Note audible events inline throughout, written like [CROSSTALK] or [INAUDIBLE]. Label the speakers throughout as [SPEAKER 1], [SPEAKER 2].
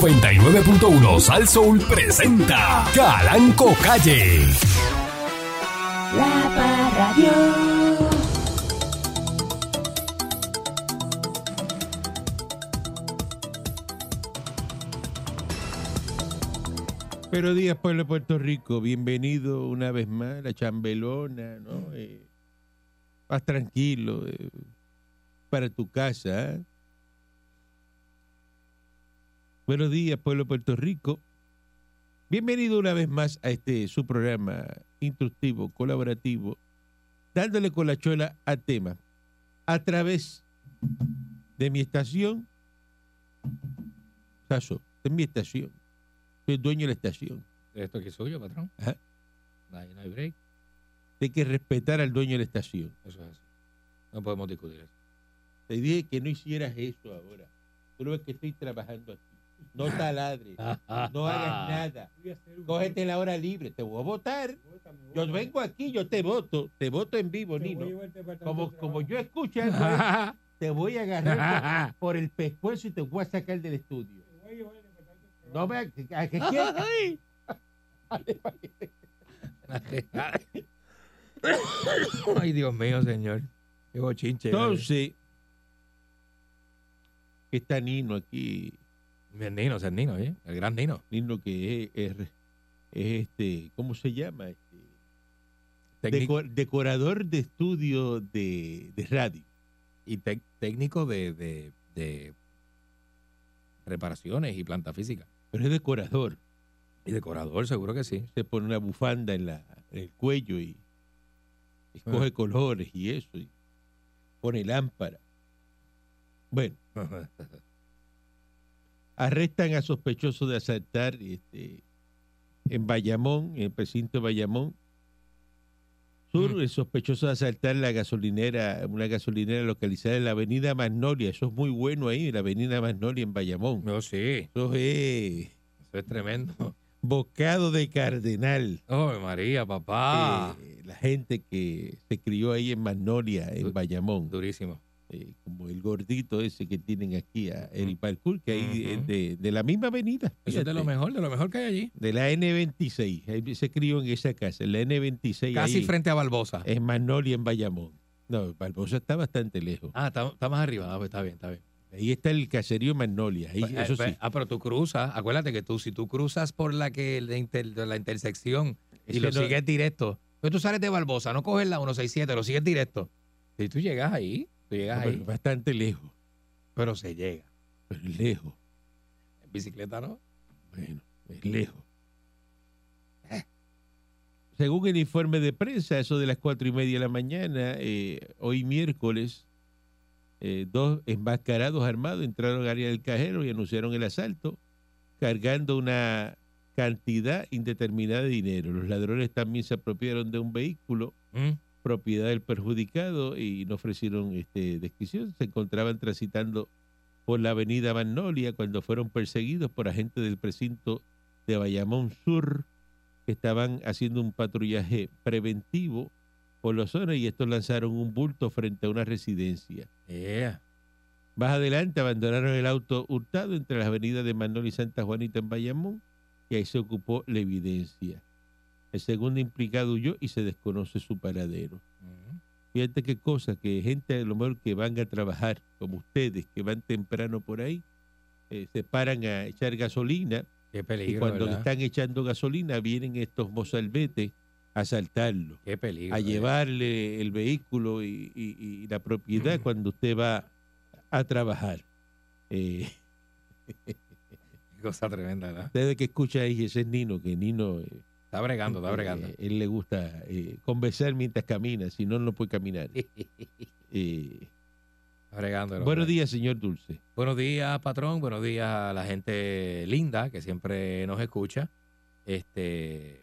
[SPEAKER 1] 99.1 Sal Soul presenta Calanco Calle.
[SPEAKER 2] La Parradio.
[SPEAKER 3] Pero días, pueblo de Puerto Rico, bienvenido una vez más, la chambelona, ¿no? Eh, vas tranquilo eh, para tu casa. ¿eh? Buenos días, pueblo de Puerto Rico. Bienvenido una vez más a este su programa instructivo, colaborativo, dándole con la chola a temas a través de mi estación. Saso, de mi estación. Soy el dueño de la estación.
[SPEAKER 4] Esto que es suyo, patrón.
[SPEAKER 3] Ajá.
[SPEAKER 4] No hay, no hay break.
[SPEAKER 3] Hay que respetar al dueño de la estación.
[SPEAKER 4] Eso es así. No podemos discutir eso.
[SPEAKER 3] Te dije que no hicieras eso ahora. Tú lo ves que estoy trabajando aquí. No taladres,
[SPEAKER 4] Ah,
[SPEAKER 3] no hagas nada. Cógete la hora libre, te voy a votar. Yo vengo aquí, yo te voto, te voto en vivo, Nino. Como, como yo escucho algo,
[SPEAKER 4] [LAUGHS]
[SPEAKER 3] eh, te voy a agarrar por, por el pescuezo y te voy a sacar del estudio. No me... ¿a qué quieres?
[SPEAKER 4] [LAUGHS] Ay, Dios mío, señor. Qué bochinche.
[SPEAKER 3] Entonces, está Nino aquí
[SPEAKER 4] El Nino, es el Nino, ¿eh? El gran Nino.
[SPEAKER 3] Nino que es, es- es este, ¿cómo se llama? Este,
[SPEAKER 4] Técnico,
[SPEAKER 3] deco- decorador de estudio de, de radio.
[SPEAKER 4] y tec- técnico de, de, de reparaciones y planta física.
[SPEAKER 3] Pero es decorador.
[SPEAKER 4] Y decorador, seguro que sí.
[SPEAKER 3] Se pone una bufanda en, la, en el cuello y escoge colores y eso. Y pone lámpara. Bueno, arrestan a sospechosos de asaltar este, en Bayamón, en el precinto de Bayamón. Sur,
[SPEAKER 4] Mm.
[SPEAKER 3] el sospechoso de asaltar la gasolinera, una gasolinera localizada en la avenida Magnolia. Eso es muy bueno ahí, la avenida Magnolia en Bayamón.
[SPEAKER 4] [LAUGHS] No, sí.
[SPEAKER 3] Eso es
[SPEAKER 4] Eso es [LAUGHS] tremendo.
[SPEAKER 3] bocado de cardenal.
[SPEAKER 4] Oh, María, papá.
[SPEAKER 3] Eh, la gente que se crió ahí en Magnolia, en
[SPEAKER 4] Du-
[SPEAKER 3] Bayamón,
[SPEAKER 4] Durísimo.
[SPEAKER 3] eh, como el gordito ese que tienen aquí a Eric Parkour, que ahí
[SPEAKER 4] Ujú.
[SPEAKER 3] es de, de la misma avenida.
[SPEAKER 4] Eso es de
[SPEAKER 3] fíjate,
[SPEAKER 4] lo mejor, de lo mejor que hay allí.
[SPEAKER 3] de la N26. Él se crió en esa casa, en la N26,
[SPEAKER 4] Casi
[SPEAKER 3] ahí,
[SPEAKER 4] frente a Barbosa.
[SPEAKER 3] en Magnolia, en Bayamón. No, Barbosa está bastante lejos.
[SPEAKER 4] Ah, está, está más arriba. Ah, pues está bien, está bien.
[SPEAKER 3] Ahí está el caserío Magnolia. ahí,
[SPEAKER 4] Pues, eh,
[SPEAKER 3] eso sí,
[SPEAKER 4] pues, Ah, pero tú cruzas. Acuérdate que tú, si tú cruzas por la que la, inter- de la intersección y
[SPEAKER 3] Ese
[SPEAKER 4] lo
[SPEAKER 3] no-
[SPEAKER 4] sigues directo, pues tú sales de Barbosa, no coges la 167, lo sigues directo. Si tú llegas ahí, tú llegas
[SPEAKER 3] no, pero
[SPEAKER 4] ahí,
[SPEAKER 3] bastante lejos,
[SPEAKER 4] pero se llega.
[SPEAKER 3] pero es lejos.
[SPEAKER 4] En bicicleta no.
[SPEAKER 3] Bueno, es lejos. Eh. Según el informe de prensa, eso de las cuatro y media de la mañana, eh, hoy miércoles, eh, dos enmascarados armados entraron al área del cajero y anunciaron el asalto, cargando una cantidad indeterminada de dinero. Los ladrones también se apropiaron de un vehículo,
[SPEAKER 4] Mm.
[SPEAKER 3] propiedad del perjudicado, y no ofrecieron este, descripción. Se encontraban transitando por la avenida Magnolia cuando fueron perseguidos por agentes del precinto de Bayamón Sur que estaban haciendo un patrullaje preventivo por la zona y estos lanzaron un bulto frente a una residencia.
[SPEAKER 4] Yeah.
[SPEAKER 3] Más adelante abandonaron el auto hurtado entre las avenidas de Manuel y Santa Juanita en Bayamón y ahí se ocupó la evidencia. El segundo implicado huyó y se desconoce su paradero.
[SPEAKER 4] Mm.
[SPEAKER 3] Fíjate qué cosa, que gente a lo mejor que van a trabajar, como ustedes, que van temprano por ahí, eh, se paran a echar gasolina
[SPEAKER 4] Qué
[SPEAKER 3] y
[SPEAKER 4] peligro,
[SPEAKER 3] cuando le
[SPEAKER 4] ¿verdad?
[SPEAKER 3] están echando gasolina vienen estos mozalbetes a asaltarlo,
[SPEAKER 4] Qué peligro. eh.
[SPEAKER 3] a
[SPEAKER 4] ¿verdad?
[SPEAKER 3] llevarle el vehículo y, y- y la propiedad
[SPEAKER 4] Mm.
[SPEAKER 3] cuando usted va a trabajar. Eh, [LAUGHS]
[SPEAKER 4] Qué cosa tremenda, ¿verdad?
[SPEAKER 3] ustedes que escuchan ahí, ese es Nino, que Nino... eh,
[SPEAKER 4] Está bregando, está
[SPEAKER 3] eh, [LAUGHS]
[SPEAKER 4] bregando.
[SPEAKER 3] él le gusta eh, conversar mientras camina, si no, no puede caminar. Eh,
[SPEAKER 4] Está bregando. el
[SPEAKER 3] buenos
[SPEAKER 4] hombre.
[SPEAKER 3] días, señor Dulce.
[SPEAKER 4] Buenos días, patrón. Buenos días a la gente linda que siempre nos escucha. Este,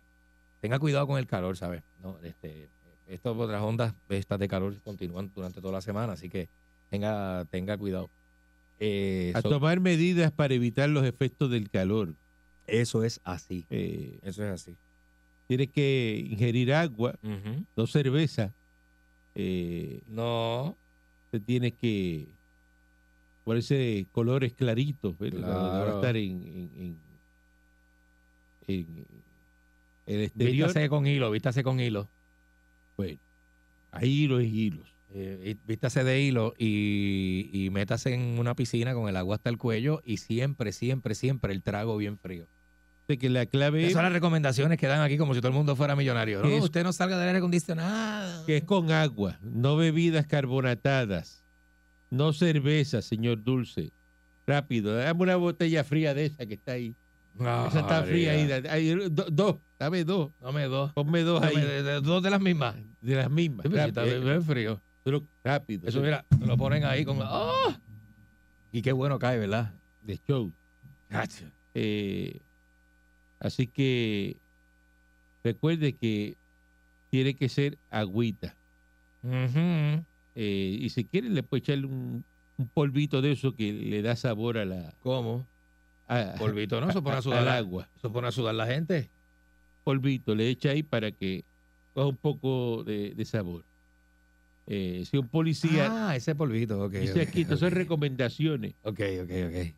[SPEAKER 4] tenga cuidado con el calor, ¿sabes? No, este, estas otras ondas, estas de calor continúan durante toda la semana, así que tenga, tenga cuidado. Eh,
[SPEAKER 3] a
[SPEAKER 4] eso,
[SPEAKER 3] tomar medidas para evitar los efectos del calor.
[SPEAKER 4] eso es así.
[SPEAKER 3] Eh,
[SPEAKER 4] Eso es así.
[SPEAKER 3] tienes que ingerir agua,
[SPEAKER 4] Ujú.
[SPEAKER 3] no cerveza. Eh,
[SPEAKER 4] No,
[SPEAKER 3] te tienes que ponerse de colores claritos, ¿verdad? Ahora
[SPEAKER 4] Claro.
[SPEAKER 3] estar en, en, en- en el exterior.
[SPEAKER 4] Vístase con hilo, vístase con hilo.
[SPEAKER 3] Bueno, hay hilos y hilos.
[SPEAKER 4] Eh, y- vístase de hilo y, y métase en una piscina con el agua hasta el cuello y siempre, siempre, siempre el trago bien frío.
[SPEAKER 3] De que la clave
[SPEAKER 4] Esas
[SPEAKER 3] es
[SPEAKER 4] son las recomendaciones que dan aquí como si todo el mundo fuera millonario. No,
[SPEAKER 3] Es-
[SPEAKER 4] usted no salga del aire acondicionado.
[SPEAKER 3] que es con agua, no bebidas carbonatadas, no cerveza, señor Dulce. Rápido, dame una botella fría de esa que está ahí.
[SPEAKER 4] Ah,
[SPEAKER 3] esa está fría ahí.
[SPEAKER 4] María.
[SPEAKER 3] da- ahí, do- dos, dame dos.
[SPEAKER 4] Dame dos.
[SPEAKER 3] Ponme dos
[SPEAKER 4] Dame
[SPEAKER 3] ahí,
[SPEAKER 4] de- de- dos de las mismas.
[SPEAKER 3] de las mismas.
[SPEAKER 4] Sí, pero si está
[SPEAKER 3] rápido,
[SPEAKER 4] bien, bien frío.
[SPEAKER 3] pero rápido.
[SPEAKER 4] Eso, mira, te lo ponen ahí con. ¡Ah! Y qué bueno cae, ¿verdad?
[SPEAKER 3] de show.
[SPEAKER 4] Cacho.
[SPEAKER 3] Eh, así que recuerde que tiene que ser agüita.
[SPEAKER 4] Ujú.
[SPEAKER 3] Eh, y si quiere, le puede echarle un, un polvito de eso que le da sabor a la.
[SPEAKER 4] ¿Cómo?
[SPEAKER 3] a-
[SPEAKER 4] Polvito, ¿no? Eso [LAUGHS] pone
[SPEAKER 3] [LAUGHS]
[SPEAKER 4] a
[SPEAKER 3] al
[SPEAKER 4] sudar. la-
[SPEAKER 3] agua.
[SPEAKER 4] Eso pone a sudar la gente.
[SPEAKER 3] Polvito le echa ahí para que coja un poco de, de sabor. Eh, si un policía.
[SPEAKER 4] ah, ese polvito, ok.
[SPEAKER 3] dice
[SPEAKER 4] ok,
[SPEAKER 3] aquí,
[SPEAKER 4] ok.
[SPEAKER 3] estas son recomendaciones.
[SPEAKER 4] Ok, ok, ok.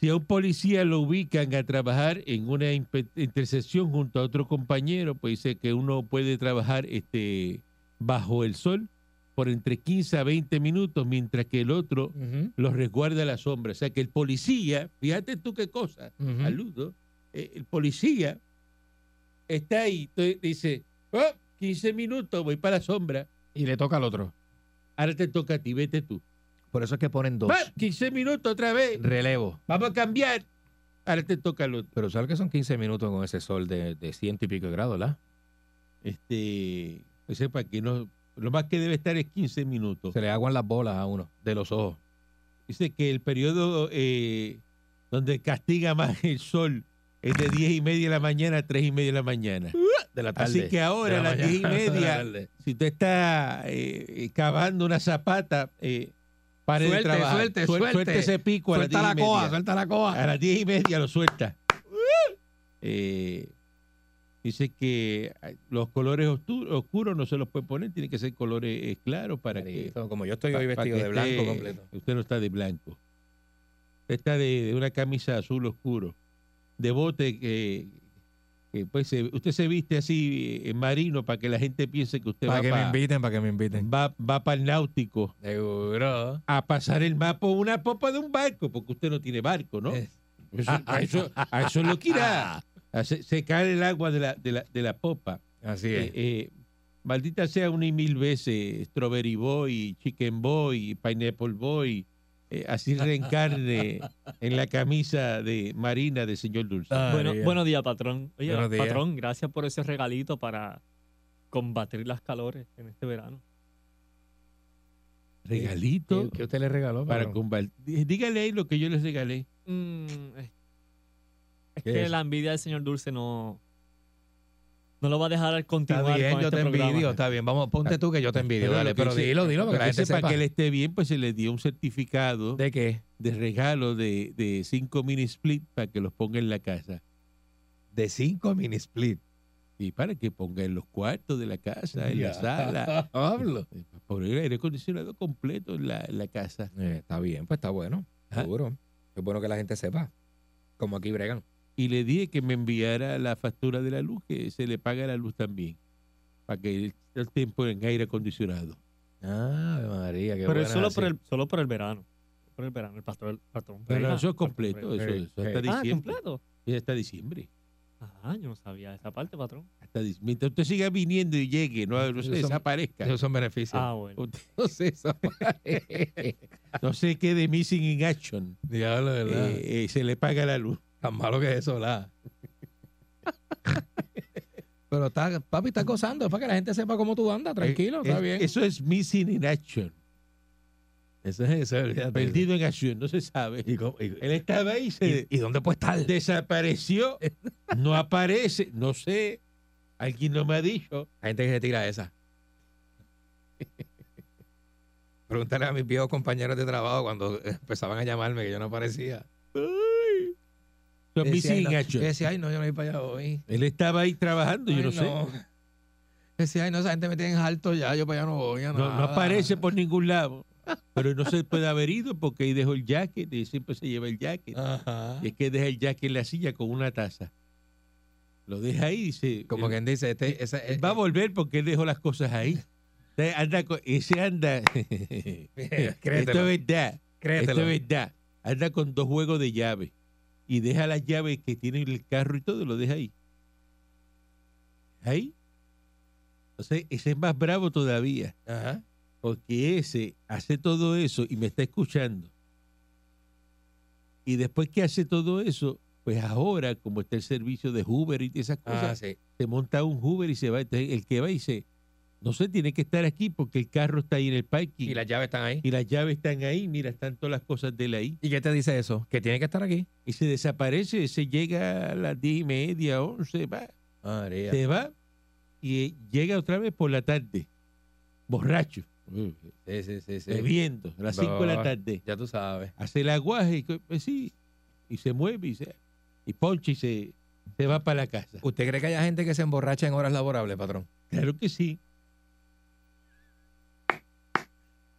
[SPEAKER 3] Si a un policía lo ubican a trabajar en una impe- intersección junto a otro compañero, pues dice que uno puede trabajar este, bajo el sol por entre 15 a 20 minutos, mientras que el otro
[SPEAKER 4] Ujú,
[SPEAKER 3] los resguarda a la sombra. O sea que el policía, fíjate tú qué cosa,
[SPEAKER 4] ujú.
[SPEAKER 3] aludo, eh, el policía está ahí, entonces dice, "Oh, 15 minutos, voy para la sombra,
[SPEAKER 4] Y le toca al otro.
[SPEAKER 3] ahora te toca a ti, vete tú.
[SPEAKER 4] Por eso es que ponen dos.
[SPEAKER 3] "Va, 15 minutos otra vez,
[SPEAKER 4] Relevo.
[SPEAKER 3] vamos a cambiar, ahora te toca al otro.
[SPEAKER 4] Pero sabes que son 15 minutos con ese sol de, de ciento y pico de grados, ¿verdad?
[SPEAKER 3] este que sepa que no lo más que debe estar es 15 minutos.
[SPEAKER 4] Se le aguan las bolas a uno de los ojos.
[SPEAKER 3] Dice que el periodo eh, donde castiga más el sol es de 10 y media de la mañana a 3 y media de la mañana.
[SPEAKER 4] Uh, De la
[SPEAKER 3] Así que ahora a las 10 y
[SPEAKER 4] [LAUGHS]
[SPEAKER 3] media, si usted está eh, cavando una zapata, eh, pare
[SPEAKER 4] Suelte,
[SPEAKER 3] de trabajar.
[SPEAKER 4] suelte,
[SPEAKER 3] Suel-
[SPEAKER 4] suelte.
[SPEAKER 3] ese pico
[SPEAKER 4] Suelta
[SPEAKER 3] a
[SPEAKER 4] la
[SPEAKER 3] las 10 y
[SPEAKER 4] coa,
[SPEAKER 3] media.
[SPEAKER 4] suelta la
[SPEAKER 3] A
[SPEAKER 4] coa.
[SPEAKER 3] las 10 y media lo suelta. Eh, dice que eh, los colores ostu- oscuros no se los puede poner, tienen que ser colores eh, claros para que.
[SPEAKER 4] Marito, Como yo estoy
[SPEAKER 3] pa-
[SPEAKER 4] hoy
[SPEAKER 3] pa
[SPEAKER 4] vestido
[SPEAKER 3] que
[SPEAKER 4] de blanco
[SPEAKER 3] esté-
[SPEAKER 4] completo.
[SPEAKER 3] Usted no está de blanco. Usted está de, de una camisa azul oscuro. De bote que. que, pues, se- usted se viste así eh, marino para que la gente piense que usted
[SPEAKER 4] Para
[SPEAKER 3] va
[SPEAKER 4] que me
[SPEAKER 3] pa-
[SPEAKER 4] inviten, para que me inviten.
[SPEAKER 3] va, va para el náutico
[SPEAKER 4] Seguro.
[SPEAKER 3] a pasar el mapa una popa de un barco, porque usted no tiene barco, ¿no?
[SPEAKER 4] Eh,
[SPEAKER 3] Eso,
[SPEAKER 4] [LAUGHS]
[SPEAKER 3] a, eso, a eso lo que irá. A se, se cae el agua de la, de la, de la popa.
[SPEAKER 4] Así
[SPEAKER 3] Eh,
[SPEAKER 4] es.
[SPEAKER 3] eh, maldita sea una y mil veces Strawberry Boy, Chicken Boy, Pineapple Boy. eh, así reencarne
[SPEAKER 4] [LAUGHS]
[SPEAKER 3] en la camisa de Marina de señor Dulce.
[SPEAKER 4] Ah,
[SPEAKER 5] Bueno,
[SPEAKER 4] María.
[SPEAKER 5] buenos días, patrón. Oye,
[SPEAKER 4] Buenos días.
[SPEAKER 5] patrón, gracias por ese regalito para combatir las calores en este verano.
[SPEAKER 3] Regalito
[SPEAKER 4] ¿Qué- ¿Qué usted le regaló?
[SPEAKER 3] para
[SPEAKER 4] cabrón?
[SPEAKER 3] combatir. Dígale ahí lo que yo les regalé.
[SPEAKER 5] Mm, es es
[SPEAKER 4] ¿Qué
[SPEAKER 5] que
[SPEAKER 4] es?
[SPEAKER 5] la envidia del señor Dulce no, no lo va a dejar continuar
[SPEAKER 4] Está bien,
[SPEAKER 5] con
[SPEAKER 4] yo
[SPEAKER 5] este
[SPEAKER 4] te
[SPEAKER 5] programa.
[SPEAKER 4] envidio, está bien. Vamos, ponte tú que yo te envidio.
[SPEAKER 3] Pero
[SPEAKER 4] dale,
[SPEAKER 3] lo que
[SPEAKER 4] pero
[SPEAKER 3] hice-
[SPEAKER 4] dilo, dilo,
[SPEAKER 3] lo
[SPEAKER 4] para que la
[SPEAKER 3] que
[SPEAKER 4] gente
[SPEAKER 3] sepa
[SPEAKER 4] sepa.
[SPEAKER 3] que él esté bien, pues se le dio un certificado de,
[SPEAKER 4] ¿De qué?
[SPEAKER 3] regalo de, de cinco mini split para que los ponga en la casa.
[SPEAKER 4] De 5 mini split.
[SPEAKER 3] Y para que ponga en los cuartos de la casa, en la
[SPEAKER 4] Ya.
[SPEAKER 3] sala.
[SPEAKER 4] Hablo.
[SPEAKER 3] Eh, Por el aire acondicionado completo en la, en la casa.
[SPEAKER 4] Eh, está bien, pues está bueno.
[SPEAKER 3] Ajá.
[SPEAKER 4] Seguro. Es bueno que la gente sepa. Como aquí bregan.
[SPEAKER 3] Y le dije que me enviara la factura de la luz, que se le paga la luz también. Para que el, el tiempo en aire acondicionado.
[SPEAKER 4] Ah, María, qué
[SPEAKER 5] Pero
[SPEAKER 4] buena
[SPEAKER 5] es solo
[SPEAKER 4] es [LAUGHS]
[SPEAKER 5] por,
[SPEAKER 4] así.
[SPEAKER 5] el, solo por el verano. Por el verano, el pastor. El patrón
[SPEAKER 3] Pero
[SPEAKER 5] Pereira,
[SPEAKER 3] eso es
[SPEAKER 5] patrón
[SPEAKER 3] completo,
[SPEAKER 5] Pereira.
[SPEAKER 3] eso,
[SPEAKER 4] Hey,
[SPEAKER 3] eso hasta
[SPEAKER 4] hey.
[SPEAKER 5] Ah,
[SPEAKER 3] diciembre.
[SPEAKER 5] completo.
[SPEAKER 3] Es hasta diciembre.
[SPEAKER 5] Ah, yo no sabía esa parte, patrón.
[SPEAKER 3] Hasta dic- mientras usted siga viniendo y llegue, no, no se
[SPEAKER 4] Eso-
[SPEAKER 3] desaparezca.
[SPEAKER 4] Esos son beneficios.
[SPEAKER 5] Ah, bueno.
[SPEAKER 3] Usted
[SPEAKER 4] No sé, esa-
[SPEAKER 3] no se quede missing in action.
[SPEAKER 4] Diablo, [LAUGHS] ¿verdad?
[SPEAKER 3] Eh, eh, se le paga la luz.
[SPEAKER 4] Tan malo que es eso, ¿verdad? [LAUGHS] Pero está, papi está gozando, es para que la gente sepa cómo tú andas, tranquilo,
[SPEAKER 3] Eh,
[SPEAKER 4] está
[SPEAKER 3] es-
[SPEAKER 4] bien.
[SPEAKER 3] Eso es missing in action.
[SPEAKER 4] eso es eso, olvídate.
[SPEAKER 3] Perdido en acción, no se sabe.
[SPEAKER 4] ¿Y, cómo- y-
[SPEAKER 3] Él estaba ahí y se,
[SPEAKER 4] y- y dónde puede estar?
[SPEAKER 3] desapareció, no aparece, no sé, alguien no me ha dicho.
[SPEAKER 4] Hay gente que se tira [LAUGHS] esa. Pregúntale a mis viejos compañeros de trabajo cuando [LAUGHS] empezaban a llamarme que yo no aparecía.
[SPEAKER 3] Son
[SPEAKER 4] Yo
[SPEAKER 3] missing
[SPEAKER 4] decía, ay, no, yo
[SPEAKER 3] action.
[SPEAKER 4] decía, ay, no, yo no voy para allá hoy.
[SPEAKER 3] Él estaba ahí trabajando, yo no,
[SPEAKER 4] Ay,
[SPEAKER 3] sé.
[SPEAKER 4] no. Yo decía, ay, no, esa gente me tiene en alto ya, yo para allá no voy. a
[SPEAKER 3] No, no
[SPEAKER 4] nada".
[SPEAKER 3] aparece por ningún lado. Pero no se puede haber ido porque ahí dejó el jacket y siempre se lleva el jacket.
[SPEAKER 4] Ah. Ajá.
[SPEAKER 3] Y es que deja el jacket en la silla con una taza. Lo deja ahí y dice,
[SPEAKER 4] Como
[SPEAKER 3] él-
[SPEAKER 4] quien dice, este, esa-
[SPEAKER 3] él va a volver porque él dejó las cosas ahí. Entonces, Anda con- ese
[SPEAKER 4] [LAUGHS]
[SPEAKER 3] anda. Esto
[SPEAKER 4] Eh, este Créetelo,
[SPEAKER 3] es verdad.
[SPEAKER 4] créetelo.
[SPEAKER 3] Esto es verdad. Anda con dos juegos de llave y deja las llaves que tiene en el carro y todo, lo deja ahí. Ahí. Entonces, ese es más bravo todavía,
[SPEAKER 4] Ajá.
[SPEAKER 3] porque ese hace todo eso y me está escuchando. Y después que hace todo eso, pues ahora, como está el servicio de Uber y de esas cosas,
[SPEAKER 4] Ah, sí.
[SPEAKER 3] se monta un Uber y se va. Entonces, el que va dice, no se tiene que estar aquí porque el carro está ahí en el parking
[SPEAKER 4] Y las llaves están ahí.
[SPEAKER 3] y las llaves están ahí, mira, están todas las cosas de él ahí.
[SPEAKER 4] ¿Y qué te dice eso? Que tiene que estar aquí.
[SPEAKER 3] Y se desaparece, se llega a las diez y media, once, va, se va y eh, llega otra vez por la tarde, borracho,
[SPEAKER 4] Mm, Sí, sí, sí, sí.
[SPEAKER 3] bebiendo, a las cinco de la
[SPEAKER 4] Ah.
[SPEAKER 3] tarde.
[SPEAKER 4] Ya tú sabes.
[SPEAKER 3] Hace el aguaje y, co- pues sí, y se mueve y, se, y poncha y se, se va para la casa.
[SPEAKER 4] ¿Usted cree que haya gente que se emborracha en horas laborables, patrón?
[SPEAKER 3] Claro que sí.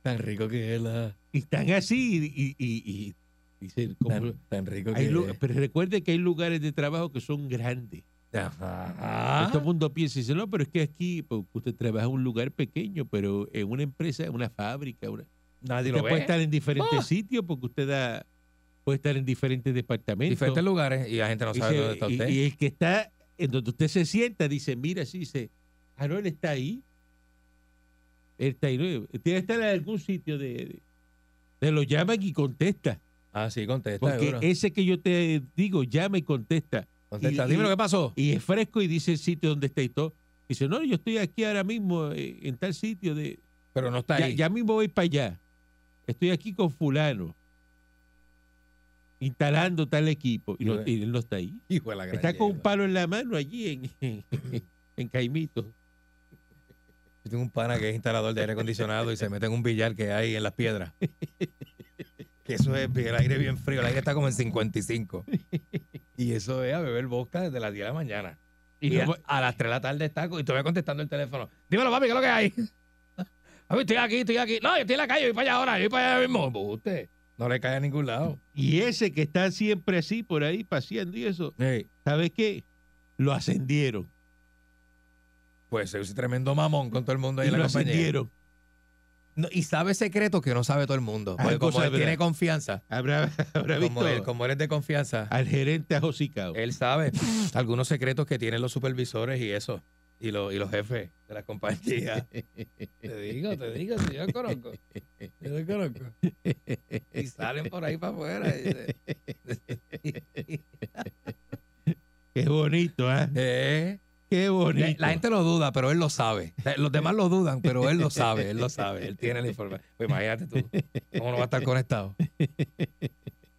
[SPEAKER 4] Tan rico que es la...
[SPEAKER 3] Y están así y, y, y- y dicen, como-
[SPEAKER 4] Tan, tan rico
[SPEAKER 3] hay
[SPEAKER 4] que
[SPEAKER 3] lu-
[SPEAKER 4] es.
[SPEAKER 3] pero recuerde que hay lugares de trabajo que son grandes.
[SPEAKER 4] Ajá.
[SPEAKER 3] Todo el mundo piensa y dice, no, pero es que aquí pues, usted trabaja en un lugar pequeño, pero en una empresa, en una fábrica, una...
[SPEAKER 4] Nadie
[SPEAKER 3] usted
[SPEAKER 4] lo
[SPEAKER 3] puede
[SPEAKER 4] ve.
[SPEAKER 3] estar en diferentes
[SPEAKER 4] Ah.
[SPEAKER 3] sitios porque usted da- puede estar en diferentes departamentos.
[SPEAKER 4] Diferentes lugares y la gente no
[SPEAKER 3] Y
[SPEAKER 4] sabe
[SPEAKER 3] se-
[SPEAKER 4] dónde está
[SPEAKER 3] y-
[SPEAKER 4] usted.
[SPEAKER 3] y el que está en donde usted se sienta dice, mira, sí, dice, ah, no, él está ahí. Él está ahí. ¿no? Tiene que estar en algún sitio de... de- de lo llaman y contesta.
[SPEAKER 4] ah, sí, contesta.
[SPEAKER 3] Porque
[SPEAKER 4] seguro.
[SPEAKER 3] ese que yo te digo, llama y contesta.
[SPEAKER 4] Contesta.
[SPEAKER 3] y-
[SPEAKER 4] Dime
[SPEAKER 3] y-
[SPEAKER 4] lo que pasó.
[SPEAKER 3] y es fresco y dice el sitio donde está y todo. Dice, no, yo estoy aquí ahora mismo eh, en tal sitio de...
[SPEAKER 4] Pero no está
[SPEAKER 3] Ya,
[SPEAKER 4] ahí.
[SPEAKER 3] ya mismo voy para allá. Estoy aquí con fulano. Instalando tal equipo. Y, no- y él no está ahí.
[SPEAKER 4] Hijo de la gran
[SPEAKER 3] Está con un
[SPEAKER 4] hierba.
[SPEAKER 3] palo en la mano allí en, en, [LAUGHS] Caimito.
[SPEAKER 4] Yo tengo un pana que es instalador de aire acondicionado y se mete en un billar que hay en las piedras. [LAUGHS] Que eso es el aire bien frío, el aire está como en 55. Y eso es a beber vodka desde las 10 de la mañana.
[SPEAKER 3] Y
[SPEAKER 4] Y,
[SPEAKER 3] no
[SPEAKER 4] a,
[SPEAKER 3] va-
[SPEAKER 4] a las 3 de la tarde está co- y todavía contestando el teléfono. Dímelo, papi, ¿qué es lo que hay? [LAUGHS] A estoy aquí, estoy aquí. No, yo estoy en la calle, yo voy para allá ahora, yo voy para allá mismo. Embuste. no le cae a ningún lado.
[SPEAKER 3] y ese que está siempre así por ahí paseando y eso, ¿sabes qué? Lo ascendieron.
[SPEAKER 4] Pues soy un tremendo mamón con todo el mundo ahí
[SPEAKER 3] Y
[SPEAKER 4] en
[SPEAKER 3] lo
[SPEAKER 4] la compañía.
[SPEAKER 3] ascendieron.
[SPEAKER 4] No, y sabe secretos que no sabe todo el mundo. Porque
[SPEAKER 3] Algo
[SPEAKER 4] como él
[SPEAKER 3] sabrá.
[SPEAKER 4] tiene confianza,
[SPEAKER 3] Habrá, [LAUGHS] habrá
[SPEAKER 4] como
[SPEAKER 3] visto
[SPEAKER 4] él, como él es de confianza,
[SPEAKER 3] al gerente
[SPEAKER 4] [LAUGHS]
[SPEAKER 3] ajosicado.
[SPEAKER 4] Él sabe algunos secretos que tienen los supervisores y eso, y, lo- y los jefes de la [LAUGHS] compañía. te digo, te digo, si yo los conozco. Yo los conozco. Y salen por ahí para [LAUGHS] afuera. y dice,
[SPEAKER 3] [LAUGHS] Qué bonito, ¿ah?
[SPEAKER 4] "Eh".
[SPEAKER 3] Qué bonito.
[SPEAKER 4] La, la gente lo duda, pero él lo sabe. La- Los demás lo dudan, pero él lo sabe, él lo sabe. Él tiene la información. Pues imagínate tú, ¿cómo no va a estar conectado?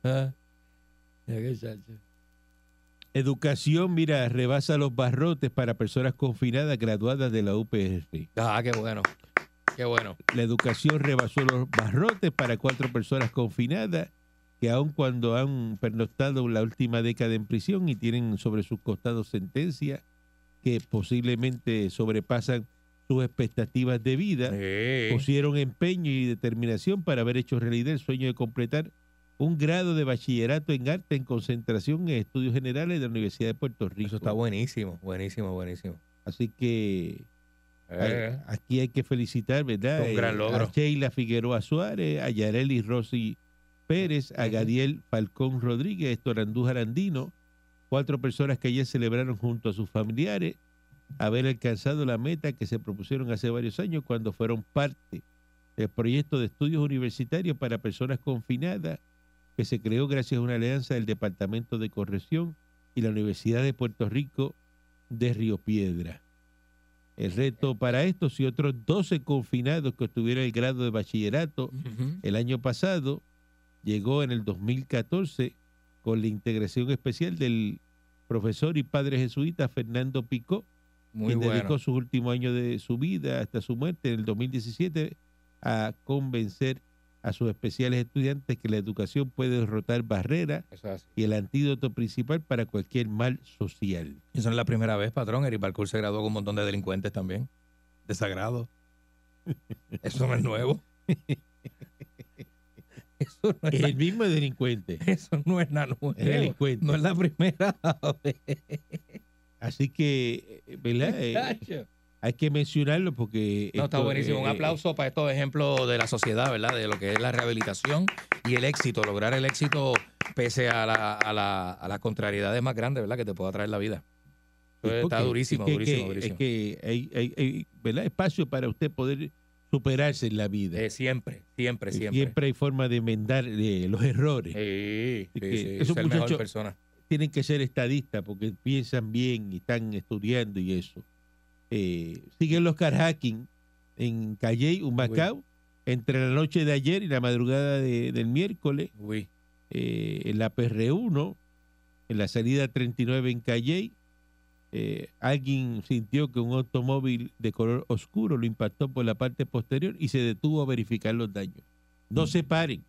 [SPEAKER 4] Ah. Ya que chacho.
[SPEAKER 3] Educación, mira, rebasa los barrotes para personas confinadas graduadas de la UPR.
[SPEAKER 4] Ah, qué bueno. Qué bueno.
[SPEAKER 3] La educación rebasó los barrotes para cuatro personas confinadas que aun cuando han pernoctado la última década en prisión y tienen sobre sus costados sentencias que posiblemente sobrepasan sus expectativas de vida, pusieron empeño y determinación para haber hecho realidad el sueño de completar un grado de bachillerato en arte en concentración en estudios generales de la Universidad de Puerto Rico.
[SPEAKER 4] Eso está buenísimo, buenísimo, buenísimo.
[SPEAKER 3] Así que ay,
[SPEAKER 4] Eh.
[SPEAKER 3] aquí hay que felicitar, ¿verdad? Eh,
[SPEAKER 4] Un gran logro.
[SPEAKER 3] A Sheila Figueroa Suárez, a Yareli Rossi Pérez, a
[SPEAKER 4] Ujú.
[SPEAKER 3] Gadiel Falcón Rodríguez, Héctor Andú Jarandino, cuatro personas que ayer celebraron junto a sus familiares haber alcanzado la meta que se propusieron hace varios años cuando fueron parte del proyecto de estudios universitarios para personas confinadas que se creó gracias a una alianza del Departamento de Corrección y la Universidad de Puerto Rico de Río Piedra. El reto para estos y otros 12 confinados que obtuvieron el grado de bachillerato
[SPEAKER 4] Ujú.
[SPEAKER 3] el año pasado llegó en el 2014 con la integración especial del profesor y padre jesuita Fernando Picó,
[SPEAKER 4] Muy
[SPEAKER 3] quien
[SPEAKER 4] bueno.
[SPEAKER 3] dedicó sus últimos años de su vida hasta su muerte en el 2017 a convencer a sus especiales estudiantes que la educación puede derrotar barreras
[SPEAKER 4] Eso es así.
[SPEAKER 3] y el antídoto principal para cualquier mal social.
[SPEAKER 4] Eso no es la primera vez, patrón. Eric Balcour se graduó con un montón de [LAUGHS] delincuentes también. Desagrado. Eso no es nuevo. [LAUGHS] Eso no [LAUGHS] es, la,
[SPEAKER 3] El mismo delincuente.
[SPEAKER 4] eso no es la nueva.
[SPEAKER 3] Es delincuente.
[SPEAKER 4] No es la primera [LAUGHS] vez.
[SPEAKER 3] Así que, eh,
[SPEAKER 4] [LAUGHS]
[SPEAKER 3] ¿verdad? Eh,
[SPEAKER 4] Chacho.
[SPEAKER 3] hay que mencionarlo porque.
[SPEAKER 4] No, está
[SPEAKER 3] esto,
[SPEAKER 4] buenísimo. Un
[SPEAKER 3] eh,
[SPEAKER 4] aplauso para estos ejemplos de la sociedad, ¿verdad? De lo que es la rehabilitación y el éxito, lograr el éxito pese a, la, a, la, a las contrariedades más grandes, ¿verdad? Que te pueda traer la vida.
[SPEAKER 3] Sí,
[SPEAKER 4] Entonces, está
[SPEAKER 3] eh, porque
[SPEAKER 4] durísimo,
[SPEAKER 3] es que-
[SPEAKER 4] durísimo,
[SPEAKER 3] que-
[SPEAKER 4] durísimo.
[SPEAKER 3] Es que hay, hay- hay, ¿verdad? espacio para usted poder superarse en la vida.
[SPEAKER 4] Eh, siempre, siempre,
[SPEAKER 3] Y
[SPEAKER 4] siempre.
[SPEAKER 3] hay forma de enmendar eh, los errores.
[SPEAKER 4] Sí, sí,
[SPEAKER 3] que
[SPEAKER 4] sí,
[SPEAKER 3] esos
[SPEAKER 4] ser
[SPEAKER 3] muchachos-
[SPEAKER 4] mejor persona.
[SPEAKER 3] Tienen que ser estadistas porque piensan bien y están estudiando y eso. Eh, siguen los carjacking en Calley, Humacao, entre la noche de ayer y la madrugada de- del miércoles,
[SPEAKER 4] Uy,
[SPEAKER 3] eh, en la PR1, en la salida 39 en Calley. eh, alguien sintió que un automóvil de color oscuro lo impactó por la parte posterior y se detuvo a verificar los daños. No se paren.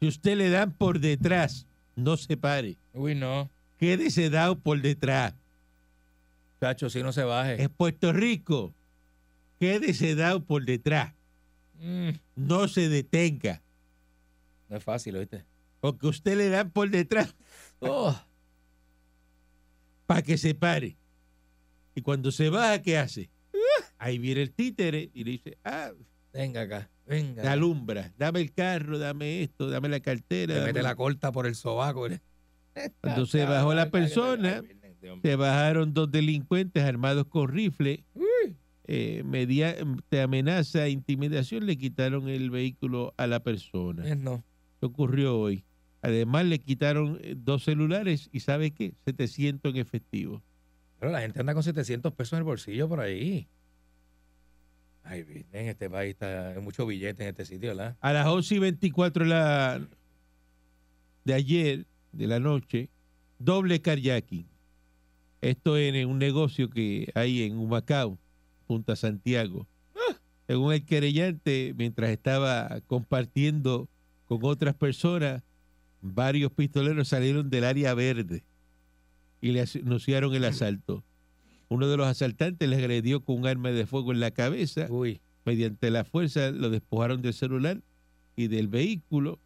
[SPEAKER 3] Si usted le dan por detrás, no se pare.
[SPEAKER 4] uy, no.
[SPEAKER 3] Quédese dado por detrás.
[SPEAKER 4] Chacho, si no se baje.
[SPEAKER 3] Es Puerto Rico. Quédese dado por detrás.
[SPEAKER 4] Mm,
[SPEAKER 3] No se detenga.
[SPEAKER 4] no es fácil, ¿oíste?
[SPEAKER 3] Porque usted le dan por detrás
[SPEAKER 4] Oh,
[SPEAKER 3] para que se pare. Y cuando se baja, ¿qué hace? Ahí viene el títere y le dice, ah,
[SPEAKER 4] venga acá, venga.
[SPEAKER 3] la alumbra, dame el carro, dame esto, dame la cartera.
[SPEAKER 4] Te
[SPEAKER 3] dame
[SPEAKER 4] mete
[SPEAKER 3] lo-".
[SPEAKER 4] la corta por el sobaco. ¿eh?
[SPEAKER 3] Cuando se bajó la persona, se bajaron dos delincuentes armados con rifle. Eh, mediante amenaza e intimidación le quitaron el vehículo a la persona.
[SPEAKER 4] Eh, No.
[SPEAKER 3] que ocurrió hoy. Además, le quitaron eh, dos celulares y ¿sabe qué? 700 en efectivo.
[SPEAKER 4] Pero la gente anda con 700 pesos en el bolsillo por ahí. Ay, en este país está, hay mucho billete en este sitio, ¿verdad?
[SPEAKER 3] A las 11 y 24 de la- de ayer, de la noche, doble kayaking. Esto en un negocio que hay en Humacao, Punta Santiago. Según el querellante, mientras estaba compartiendo con otras personas, varios pistoleros salieron del área verde y le as- anunciaron el asalto. Uno de los asaltantes le agredió con un arma de fuego en la cabeza
[SPEAKER 4] Uy,
[SPEAKER 3] mediante la fuerza lo despojaron del celular y del vehículo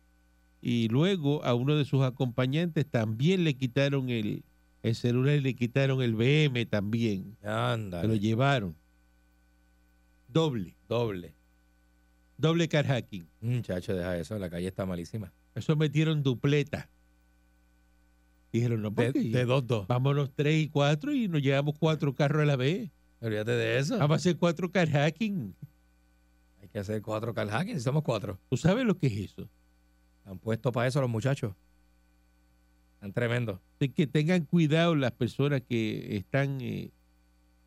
[SPEAKER 3] y luego a uno de sus acompañantes también le quitaron el, el celular y le quitaron el BM también.
[SPEAKER 4] anda,
[SPEAKER 3] Se lo llevaron. Doble,
[SPEAKER 4] doble.
[SPEAKER 3] doble carjacking.
[SPEAKER 4] Muchacho, deja eso, la calle está malísima.
[SPEAKER 3] Eso metieron dupleta. Dijeron, no,
[SPEAKER 4] De,
[SPEAKER 3] porque
[SPEAKER 4] de dos, dos.
[SPEAKER 3] vámonos tres y cuatro y nos llevamos cuatro carros a la vez.
[SPEAKER 4] Olvídate de eso.
[SPEAKER 3] Vamos a hacer cuatro carjacking.
[SPEAKER 4] Hay que hacer cuatro carjacking, somos cuatro.
[SPEAKER 3] ¿Tú sabes lo que es eso?
[SPEAKER 4] Han puesto para eso los muchachos. Están tremendos.
[SPEAKER 3] de que tengan cuidado las personas que están eh, en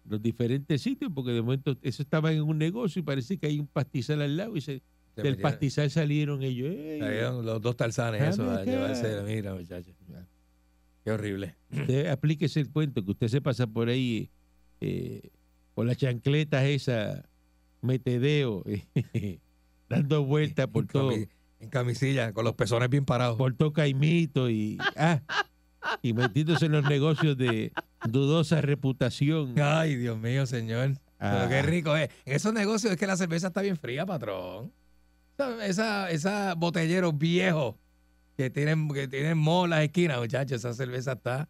[SPEAKER 3] los diferentes sitios, porque de momento eso estaba en un negocio y parece que hay un pastizal al lado y se-
[SPEAKER 4] Se
[SPEAKER 3] del
[SPEAKER 4] metieron-
[SPEAKER 3] pastizal salieron ellos. ¡Ey!
[SPEAKER 4] salieron los dos tarzanes,
[SPEAKER 3] Ah,
[SPEAKER 4] eso, a
[SPEAKER 3] mira.
[SPEAKER 4] llevarse. Mira, muchachos. Qué horrible.
[SPEAKER 3] Usted aplíquese el cuento, que usted se pasa por ahí eh, con las chancletas esas, metedeo, [LAUGHS] eh, dando vueltas por
[SPEAKER 4] En
[SPEAKER 3] todo,
[SPEAKER 4] cami- En camisilla, con los pezones bien parados.
[SPEAKER 3] por todo Caimito y, ah, y metiéndose en los negocios de dudosa reputación.
[SPEAKER 4] Ay, Dios mío, señor.
[SPEAKER 3] Ah.
[SPEAKER 4] Pero qué rico es. En esos negocios es que la cerveza está bien fría, patrón. Esa- Esa, esa botelleros viejos que tienen, que tienen moho en las esquinas, muchachos, esa cerveza está.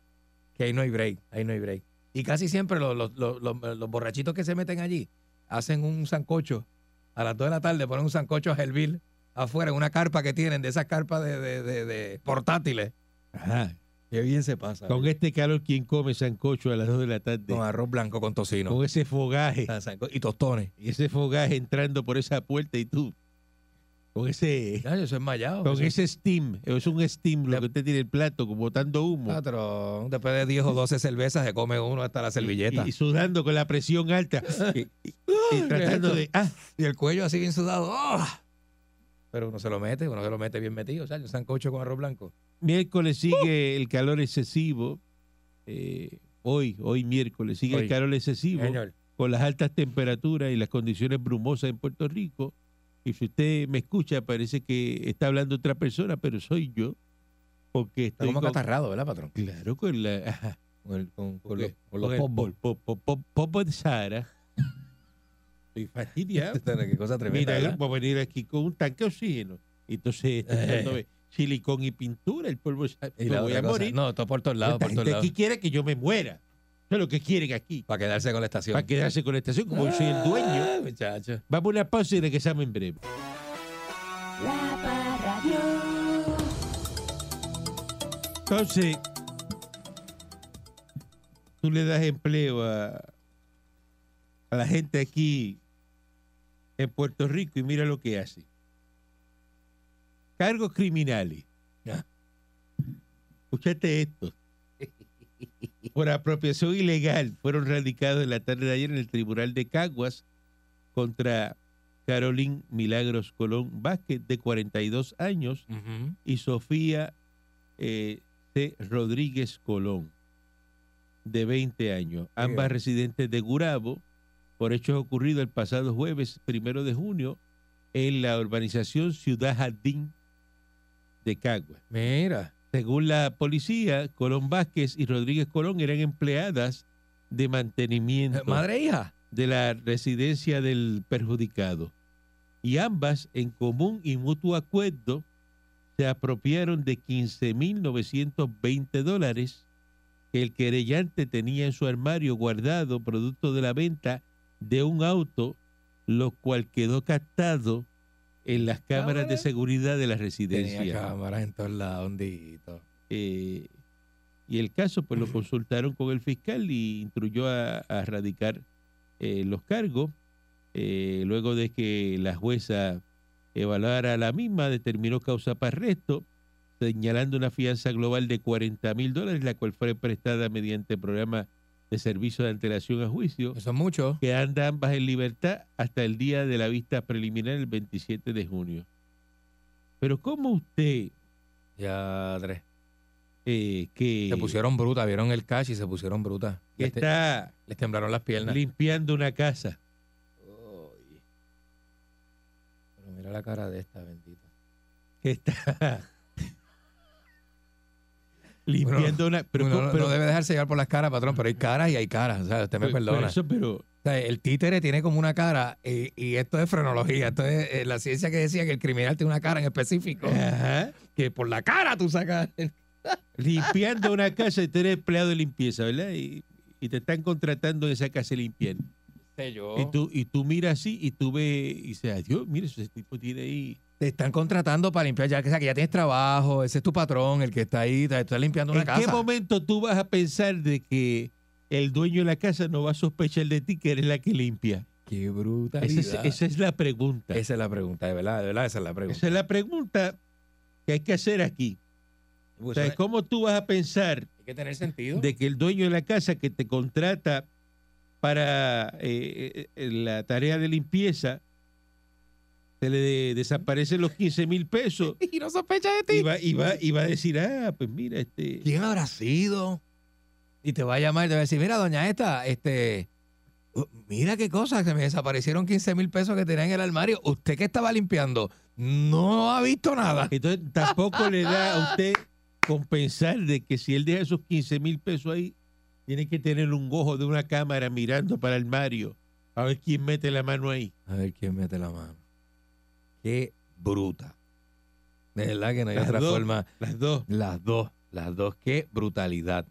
[SPEAKER 4] Que ahí no hay break, ahí no hay break. Y casi siempre los, los- los- los- los borrachitos que se meten allí hacen un sancocho. A las 2 de la tarde ponen un sancocho a hervir afuera en una carpa que tienen, de esas carpas de, de- de- de portátiles.
[SPEAKER 3] Ajá.
[SPEAKER 4] Qué bien se pasa.
[SPEAKER 3] Con este calor, ¿quién come sancocho a las 2 de la tarde?
[SPEAKER 4] Con arroz blanco con tocino.
[SPEAKER 3] Con ese fogaje,
[SPEAKER 4] Ah, sanco- Y tostones.
[SPEAKER 3] y ese fogaje entrando por esa puerta y tú, con ese,
[SPEAKER 4] Ya, eso es mallado.
[SPEAKER 3] con
[SPEAKER 4] Eso-
[SPEAKER 3] ese steam, es un steam lo
[SPEAKER 4] Ya.
[SPEAKER 3] que usted tiene el plato, como botando humo.
[SPEAKER 4] Patrón, después de 10 o 12 cervezas se come uno hasta la servilleta.
[SPEAKER 3] Y,
[SPEAKER 4] Y,
[SPEAKER 3] y sudando con la presión
[SPEAKER 4] [LAUGHS]
[SPEAKER 3] alta. Y, y- y tratando de. Ah,
[SPEAKER 4] el cuello así bien sudado. ¡ah! Pero uno se lo mete, uno se lo mete bien metido. O sea, un sancocho con arroz blanco.
[SPEAKER 3] miércoles sigue
[SPEAKER 4] Uh.
[SPEAKER 3] el calor excesivo. eh, hoy, hoy miércoles, sigue el
[SPEAKER 4] Hoy.
[SPEAKER 3] calor excesivo.
[SPEAKER 4] Señor,
[SPEAKER 3] con las altas temperaturas y las condiciones brumosas en Puerto Rico. Y si usted me escucha, parece que está hablando otra persona, pero soy yo. Porque
[SPEAKER 4] está
[SPEAKER 3] estoy
[SPEAKER 4] como
[SPEAKER 3] con,
[SPEAKER 4] acatarrado, ¿verdad, patrón?
[SPEAKER 3] claro, con la ajá,
[SPEAKER 4] Con, el- con- con los,
[SPEAKER 3] [LAUGHS] con
[SPEAKER 4] con los
[SPEAKER 3] el
[SPEAKER 4] [LAUGHS] popos.
[SPEAKER 3] po- po- po- popo de Sahara. Estoy fastidiado.
[SPEAKER 4] Qué cosa tremenda.
[SPEAKER 3] Mira,
[SPEAKER 4] Este ¿verdad? Eh.
[SPEAKER 3] vamos a venir aquí con un tanque de oxígeno. Entonces, está echándome silicón y pintura, el polvo sa-
[SPEAKER 4] Y
[SPEAKER 3] me
[SPEAKER 4] la
[SPEAKER 3] voy
[SPEAKER 4] otra
[SPEAKER 3] a
[SPEAKER 4] cosa-
[SPEAKER 3] morir.
[SPEAKER 4] No, todo por todos lados,
[SPEAKER 3] Esta
[SPEAKER 4] por todos
[SPEAKER 3] gente
[SPEAKER 4] lados.
[SPEAKER 3] aquí quiere que yo me muera. Eso es lo que quieren aquí.
[SPEAKER 4] Para quedarse con la estación.
[SPEAKER 3] Para quedarse con la estación, como yo soy el dueño.
[SPEAKER 4] Ah, muchacho.
[SPEAKER 3] Vamos a una pausa y regresamos en breve.
[SPEAKER 2] La Parradio.
[SPEAKER 3] Entonces, tú le das empleo a, a la gente aquí en Puerto Rico y mira lo que hace. Cargos criminales.
[SPEAKER 4] Ah.
[SPEAKER 3] Escúchate esto. Por apropiación ilegal fueron radicados en la tarde de ayer en el Tribunal de Caguas contra Carolín Milagros Colón Vázquez, de 42 años,
[SPEAKER 4] Ujú.
[SPEAKER 3] y Sofía eh, C. Rodríguez Colón, de 20 años, ambas
[SPEAKER 4] Bien.
[SPEAKER 3] residentes de Gurabo, por hechos ocurridos el pasado jueves primero de junio en la urbanización Ciudad Jardín de Cagua.
[SPEAKER 4] Mira.
[SPEAKER 3] Según la policía, Colón Vázquez y Rodríguez Colón eran empleadas de mantenimiento
[SPEAKER 4] Madre e hija.
[SPEAKER 3] de la residencia del perjudicado. Y ambas, en común y mutuo acuerdo, se apropiaron de 15.920 dólares que el querellante tenía en su armario guardado producto de la venta de un auto, lo cual quedó captado en las cámaras de
[SPEAKER 4] Cámara.
[SPEAKER 3] seguridad de la
[SPEAKER 4] Tenía
[SPEAKER 3] residencia.
[SPEAKER 4] cámaras en todos lados, hondito.
[SPEAKER 3] Eh, y el caso, pues lo consultaron con el fiscal y instruyó a, a radicar eh, los cargos. Eh, luego de que la jueza evaluara la misma, determinó causa para arresto, señalando una fianza global de 40 mil dólares, la cual fue prestada mediante programa de servicio de antelación a juicio,
[SPEAKER 4] Eso es mucho.
[SPEAKER 3] que anda ambas en libertad hasta el día de la vista preliminar, el 27 de junio. Pero ¿cómo usted
[SPEAKER 4] Ya tres.
[SPEAKER 3] eh, que...
[SPEAKER 4] Se pusieron bruta, vieron el cash y se pusieron bruta.
[SPEAKER 3] que
[SPEAKER 4] Les, te-
[SPEAKER 3] está
[SPEAKER 4] les temblaron las piernas.
[SPEAKER 3] limpiando una casa.
[SPEAKER 4] Ay. Pero mira la cara de esta bendita.
[SPEAKER 3] Que está limpiando una. Pero,
[SPEAKER 4] Uno no,
[SPEAKER 3] pero-
[SPEAKER 4] no debe dejarse llevar por las caras, patrón, pero hay caras y hay caras. O sea, usted me
[SPEAKER 3] pero- pero
[SPEAKER 4] perdona.
[SPEAKER 3] eso, pero
[SPEAKER 4] O sea, el títere tiene como una cara y, y esto es frenología. Esto es eh, la ciencia que decía que el criminal tiene una cara en específico.
[SPEAKER 3] ajá,
[SPEAKER 4] Que por la cara tú sacas. el-
[SPEAKER 3] limpiando una casa y tú eres empleado de limpieza, ¿verdad? Y, y te están contratando en esa casa y limpiando. Y tú, y tú miras así y tú ves y dices, adiós, mira, ese tipo tiene ahí.
[SPEAKER 4] Te están contratando para limpiar, ya que, o sea, que ya tienes trabajo, ese es tu patrón, el que está ahí, te está limpiando una
[SPEAKER 3] ¿En
[SPEAKER 4] casa.
[SPEAKER 3] qué momento tú vas a pensar de que el dueño de la casa no va a sospechar de ti que eres la que limpia?
[SPEAKER 4] Qué bruta.
[SPEAKER 3] Esa es, esa es la pregunta.
[SPEAKER 4] Esa es la pregunta, de verdad, de verdad, esa es la pregunta.
[SPEAKER 3] Esa es la pregunta que hay que hacer aquí. O
[SPEAKER 4] Pues,
[SPEAKER 3] sea, ¿cómo tú vas a pensar
[SPEAKER 4] Hay que tener sentido.
[SPEAKER 3] de que el dueño de la casa que te contrata para eh, eh, la tarea de limpieza se le de- desaparecen los 15 mil pesos
[SPEAKER 4] [LAUGHS] y no sospecha de
[SPEAKER 3] y va, y, va, y va a decir, ah, pues mira, este.
[SPEAKER 4] ¿Quién habrá sido? Y te va a llamar y te va a decir, mira, doña esta, este, uh, mira qué cosa, que me desaparecieron 15 mil pesos que tenía en el armario. Usted que estaba limpiando, no ha visto nada.
[SPEAKER 3] Entonces tampoco le da a usted compensar de que si él deja esos 15 mil pesos ahí, tiene que tener un ojo de una cámara mirando para el Mario a ver quién mete la mano ahí.
[SPEAKER 4] A ver quién mete la mano. Qué bruta. De verdad que no hay
[SPEAKER 3] Las
[SPEAKER 4] otra
[SPEAKER 3] dos.
[SPEAKER 4] forma.
[SPEAKER 3] Las dos.
[SPEAKER 4] Las dos, las dos, qué brutalidad.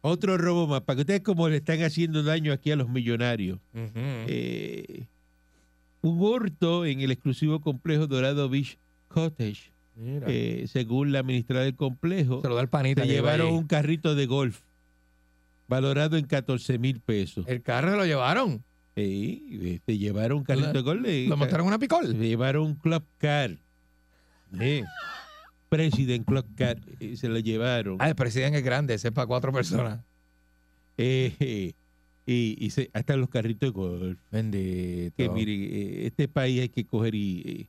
[SPEAKER 3] Otro robo más, para que ustedes como le están haciendo daño aquí a los millonarios.
[SPEAKER 4] Eh,
[SPEAKER 3] Eh, un hurto en el exclusivo complejo Dorado Beach Cottage. Eh, según la administradora del complejo,
[SPEAKER 4] se lo da el panita.
[SPEAKER 3] se
[SPEAKER 4] que iba
[SPEAKER 3] llevaron
[SPEAKER 4] allí.
[SPEAKER 3] un carrito de golf valorado en 14 mil pesos.
[SPEAKER 4] El carro se lo llevaron.
[SPEAKER 3] Sí, eh, se llevaron un carrito de golf. eh,
[SPEAKER 4] Lo
[SPEAKER 3] ca-
[SPEAKER 4] montaron en una
[SPEAKER 3] se
[SPEAKER 4] picol.
[SPEAKER 3] llevaron un club car. Eh, President Club Car. eh, se lo llevaron.
[SPEAKER 4] Ah, el presidente es grande, ese es para cuatro personas.
[SPEAKER 3] Eh, eh, y y se- hasta los carritos de golf.
[SPEAKER 4] Bendito.
[SPEAKER 3] que mire, eh, este país hay que coger y, eh,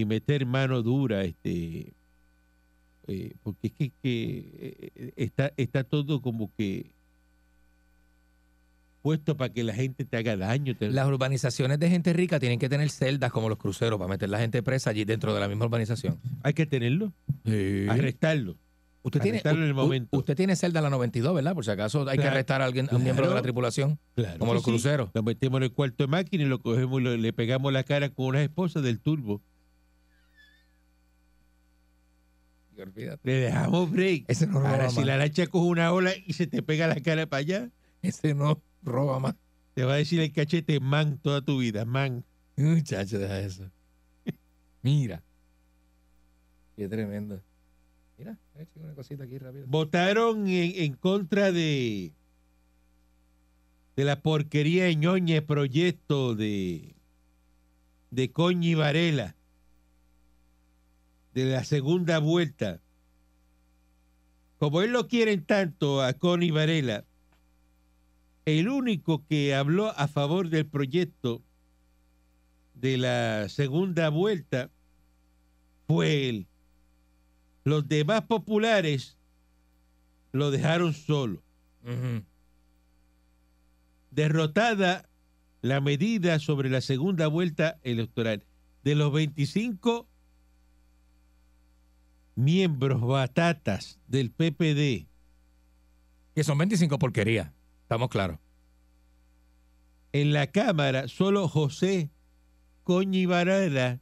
[SPEAKER 3] y meter mano dura, este, eh, porque es que, que, eh, está, está todo como que puesto para que la gente te haga daño. te-
[SPEAKER 4] Las urbanizaciones de gente rica tienen que tener celdas como los cruceros para meter la gente presa allí dentro de la misma urbanización.
[SPEAKER 3] Hay que tenerlo, arrestarlo.
[SPEAKER 4] Usted tiene,
[SPEAKER 3] arrestarlo en el
[SPEAKER 4] u-
[SPEAKER 3] momento.
[SPEAKER 4] usted tiene celda en la 92, ¿verdad? Por si acaso hay que
[SPEAKER 3] Claro.
[SPEAKER 4] arrestar a alguien, a un miembro de la
[SPEAKER 3] Claro.
[SPEAKER 4] tripulación,
[SPEAKER 3] Claro
[SPEAKER 4] como
[SPEAKER 3] que
[SPEAKER 4] los
[SPEAKER 3] sí.
[SPEAKER 4] cruceros.
[SPEAKER 3] Lo metemos en el cuarto de máquina y lo cogemos y lo- le pegamos la cara con una esposa del turbo.
[SPEAKER 4] olvídate.
[SPEAKER 3] Le dejamos break.
[SPEAKER 4] Ese no roba
[SPEAKER 3] Ahora, si
[SPEAKER 4] más.
[SPEAKER 3] la lancha coge una ola y se te pega la cara para allá,
[SPEAKER 4] Ese no roba más.
[SPEAKER 3] te va a decir el cachete man toda tu vida, man.
[SPEAKER 4] Muchacho, deja eso. Mira. Qué tremendo. Mira, he hecho una cosita aquí rápido.
[SPEAKER 3] Votaron en, en contra de de la porquería de Ñoñez proyecto de de Coñi Varela de la segunda vuelta. Como él lo quieren tanto a Connie Varela, el único que habló a favor del proyecto de la segunda vuelta fue él. Los demás populares lo dejaron solo.
[SPEAKER 4] Ujú.
[SPEAKER 3] Derrotada la medida sobre la segunda vuelta electoral. De los 25 miembros batatas del PPD,
[SPEAKER 4] Que son 25 porquerías. Estamos claros.
[SPEAKER 3] en la Cámara, solo José Coñi Varela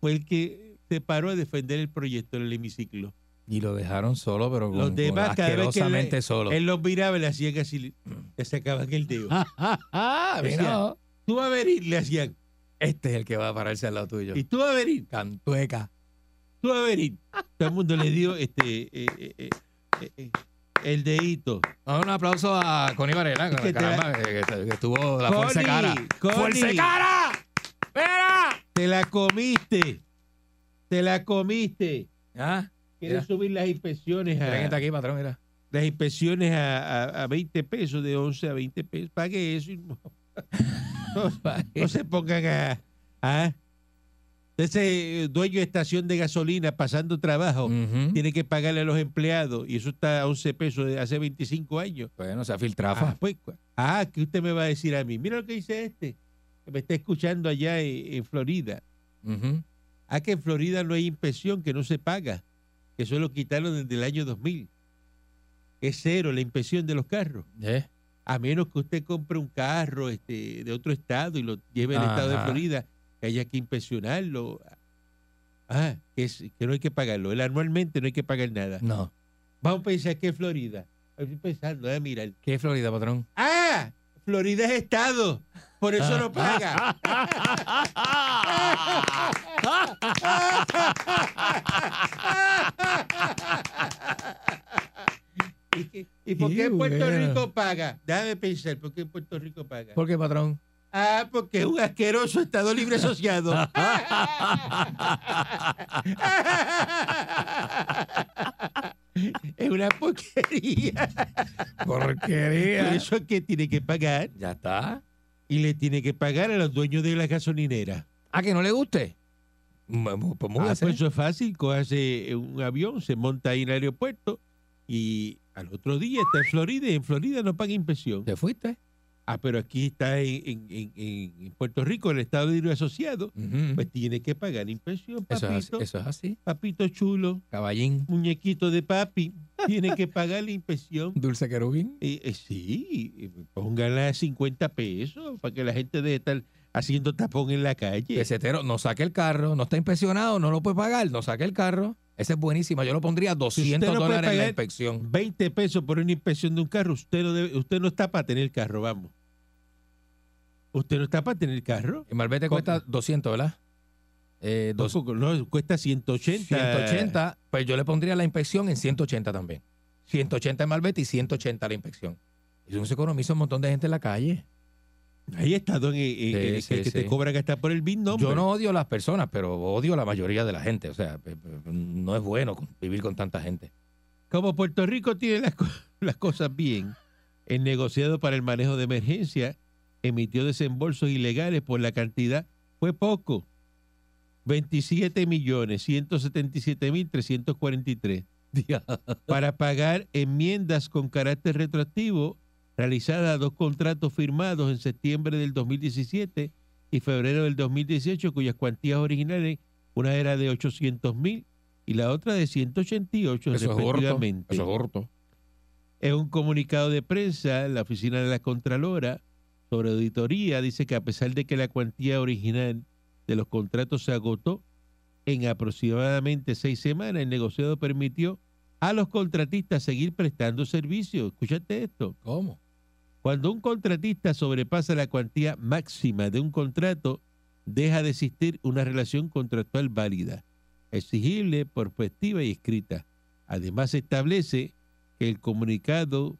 [SPEAKER 3] fue el que se paró a defender el proyecto en el hemiciclo.
[SPEAKER 4] Y lo dejaron solo, pero con,
[SPEAKER 3] Los
[SPEAKER 4] con-
[SPEAKER 3] demás, cada vez que le-
[SPEAKER 4] asquerosamente solo.
[SPEAKER 3] Él los miraba y le hacía casi, le sacaban el dedo.
[SPEAKER 4] Ah,
[SPEAKER 3] mira.
[SPEAKER 4] [LAUGHS] mira.
[SPEAKER 3] Tú vas a venir, le hacían.
[SPEAKER 4] Este es el que va a pararse al lado tuyo.
[SPEAKER 3] Y tú vas a venir.
[SPEAKER 4] Cantueca.
[SPEAKER 3] tú vas a venir. Todo el mundo le dio este eh, eh, eh, eh, eh, el dedito.
[SPEAKER 4] Vamos, Ah, un aplauso a Connie Varela,
[SPEAKER 3] Es que te-
[SPEAKER 4] caramba, que, que- que estuvo la fuerza de cara.
[SPEAKER 3] Connie, Connie,
[SPEAKER 4] ¡Fuerza de cara! ¡Mira!
[SPEAKER 3] Te la comiste. Te la comiste.
[SPEAKER 4] Ah,
[SPEAKER 3] Quieren
[SPEAKER 4] Ya.
[SPEAKER 3] subir las inspecciones
[SPEAKER 4] mira quién está
[SPEAKER 3] a,
[SPEAKER 4] aquí,
[SPEAKER 3] [LAUGHS]
[SPEAKER 4] patrón, mira.
[SPEAKER 3] las inspecciones a, a- a 20 pesos, de 11 a 20 pesos. Pague eso y no, no- no se pongan a... a- ese dueño de estación de gasolina pasando trabajo
[SPEAKER 4] Ujú.
[SPEAKER 3] tiene que pagarle a los empleados y eso está a 11 pesos de hace 25 años.
[SPEAKER 4] Bueno, se ha filtrado.
[SPEAKER 3] Ah, pues, cu- ah, que usted me va a decir a mí. Mira lo que dice este, que me está escuchando allá en, en Florida.
[SPEAKER 4] Ujú.
[SPEAKER 3] Ah, que en Florida no hay inspección, que no se paga. Que eso lo quitaron desde el año 2000. Es cero la inspección de los carros.
[SPEAKER 4] Eh,
[SPEAKER 3] A menos que usted compre un carro este, de otro estado y lo lleve al
[SPEAKER 4] Ajá.
[SPEAKER 3] estado de Florida, que haya que inspeccionarlo. Ah, que, es- que no hay que pagarlo. El anualmente no hay que pagar nada.
[SPEAKER 4] No.
[SPEAKER 3] Vamos a pensar que es Florida. Estoy pensando, eh, mira, el
[SPEAKER 4] ¿Qué es Florida, patrón?
[SPEAKER 3] ¡Ah! Florida es estado. Por eso no paga. ¿Y, qué- y por qué
[SPEAKER 4] Qué
[SPEAKER 3] en Puerto
[SPEAKER 4] bueno.
[SPEAKER 3] Rico paga? Déjame pensar, ¿por qué en Puerto Rico paga?
[SPEAKER 4] ¿Por qué, patrón?
[SPEAKER 3] Ah, porque es un asqueroso Estado Libre Asociado. es una porquería. Por [LAUGHS]
[SPEAKER 4] Porquería.
[SPEAKER 3] eso es que tiene que pagar
[SPEAKER 4] Ya está.
[SPEAKER 3] y le tiene que pagar a los dueños de la gasolinera.
[SPEAKER 4] ¿A Ah, que no le guste? Mu- Pues
[SPEAKER 3] Ah,
[SPEAKER 4] múdese.
[SPEAKER 3] pues eso es fácil, coge un avión, se monta ahí en el aeropuerto y al otro día está en Florida y en Florida no paga inspección.
[SPEAKER 4] Te fuiste.
[SPEAKER 3] Ah, pero aquí está en, en- en- en- en Puerto Rico, el Estado Libre Asociado,
[SPEAKER 4] Ujú.
[SPEAKER 3] pues tiene que pagar inspección,
[SPEAKER 4] eso, es así,
[SPEAKER 3] papito,
[SPEAKER 4] eso es así.
[SPEAKER 3] papito chulo,
[SPEAKER 4] Caballín.
[SPEAKER 3] muñequito de
[SPEAKER 4] [LAUGHS]
[SPEAKER 3] papi, tiene que pagar la inspección.
[SPEAKER 4] Dulce querubín.
[SPEAKER 3] Eh, eh, sí, eh, pónganla a 50 pesos para que la gente deje de estar haciendo tapón en la calle.
[SPEAKER 4] Pesetero, no saque el carro. No está inspeccionado, no lo puede pagar. No saque el carro. Esa es buenísima. Yo lo pondría 200
[SPEAKER 3] no puede
[SPEAKER 4] dólares en la
[SPEAKER 3] pagar-
[SPEAKER 4] inspección.
[SPEAKER 3] 20 pesos por una inspección de un carro, usted no, debe- usted no está para tener carro, vamos. Usted no está para tener carro.
[SPEAKER 4] El Malvete
[SPEAKER 3] Co-
[SPEAKER 4] cuesta 200, ¿verdad? Eh, dos-
[SPEAKER 3] Tampoco, no, cuesta 180.
[SPEAKER 4] 180. Pues yo le pondría la inspección en 180 también. 180 el Malvete y 180 la inspección. Y eso se economiza un montón de gente en la calle.
[SPEAKER 3] Ahí está, don, eh, eh, que-
[SPEAKER 4] Sí,
[SPEAKER 3] que,
[SPEAKER 4] sí,
[SPEAKER 3] que te
[SPEAKER 4] sí.
[SPEAKER 3] cobran hasta por el BIN number.
[SPEAKER 4] Yo no odio a las personas, pero odio a la mayoría de la gente. O sea, pe- pe- no es bueno con- vivir con tanta gente.
[SPEAKER 3] Como Puerto Rico tiene las, co- [LAUGHS] las cosas bien, el negociado para el manejo de emergencia emitió desembolsos ilegales por la cantidad, fue poco, 27 millones 177 mil
[SPEAKER 4] [LAUGHS]
[SPEAKER 3] 343, para pagar enmiendas con carácter retroactivo realizadas a dos contratos firmados en septiembre del 2017 y febrero del 2018, cuyas cuantías originales, una era de 800 mil y la otra de 188
[SPEAKER 4] Eso es gordo.
[SPEAKER 3] respectivamente.
[SPEAKER 4] Eso es gordo.
[SPEAKER 3] En un comunicado de prensa, la oficina de la Contralora sobre auditoría dice que a pesar de que la cuantía original de los contratos se agotó, En aproximadamente seis semanas, el negociado permitió a los contratistas seguir prestando servicios. Escúchate esto.
[SPEAKER 4] ¿Cómo?
[SPEAKER 3] Cuando un contratista sobrepasa la cuantía máxima de un contrato, deja de existir una relación contractual válida, exigible por festiva y escrita. Además, se establece que el comunicado,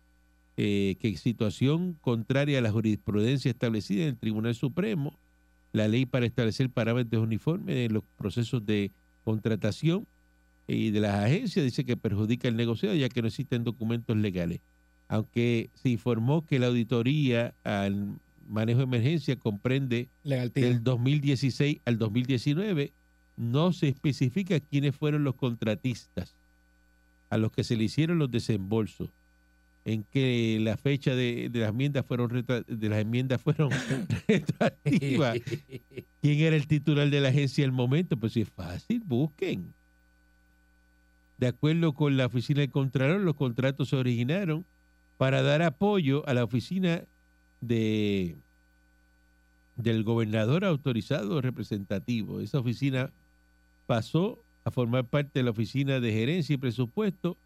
[SPEAKER 3] eh, que en situación contraria a la jurisprudencia establecida en el Tribunal Supremo, la ley para establecer parámetros uniformes en los procesos de contratación y de las agencias dice que perjudica el negociado ya que no existen documentos legales aunque se informó que la auditoría al manejo de emergencia comprende
[SPEAKER 4] [LAUGHS]
[SPEAKER 6] Legal team.
[SPEAKER 3] del 2016 al 2019, no se especifica quiénes fueron los contratistas a los que se le hicieron los desembolsos, en que la fecha de, de las enmiendas fueron retra- de las enmiendas fueron retroactivas, quién era el titular de la agencia al momento, pues si es fácil, busquen. De acuerdo con la oficina del Contralor, los contratos se originaron para dar apoyo a la oficina de del gobernador autorizado representativo. Esa oficina pasó a formar parte de la oficina de gerencia y presupuesto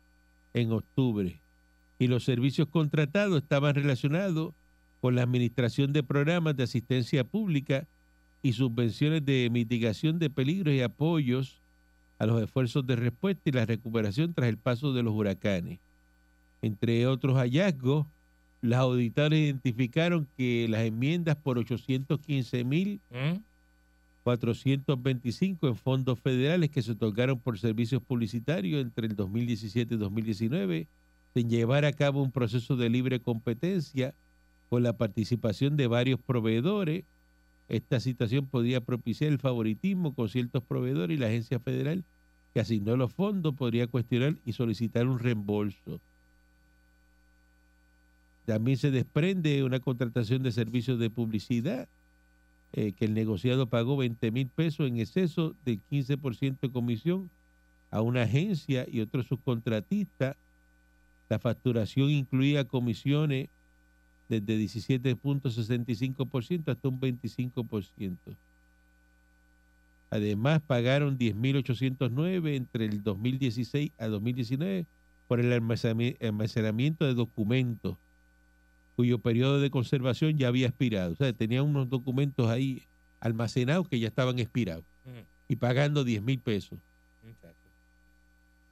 [SPEAKER 3] en octubre. Y los servicios contratados estaban relacionados con la administración de programas de asistencia pública y subvenciones de mitigación de peligros y apoyos a los esfuerzos de respuesta y la recuperación tras el paso de los huracanes. Entre otros hallazgos, los auditores identificaron que las enmiendas por 815 mil 425 en fondos federales que se otorgaron por servicios publicitarios entre el 2017 y 2019, sin llevar a cabo un proceso de libre competencia con la participación de varios proveedores. Esta situación podría propiciar el favoritismo con ciertos proveedores y la agencia federal que asignó los fondos podría cuestionar y solicitar un reembolso. También se desprende una contratación de servicios de publicidad eh, que el negociado pagó 20 mil pesos en exceso del 15% de comisión a una agencia y otro subcontratista. La facturación incluía comisiones desde 17.65% hasta un 25%. Además, pagaron 10.809 entre el 2016 a 2019 por el almacenami- almacenamiento de documentos cuyo periodo de conservación ya había expirado. O sea, tenían unos documentos ahí almacenados que ya estaban expirados y pagando 10 mil pesos.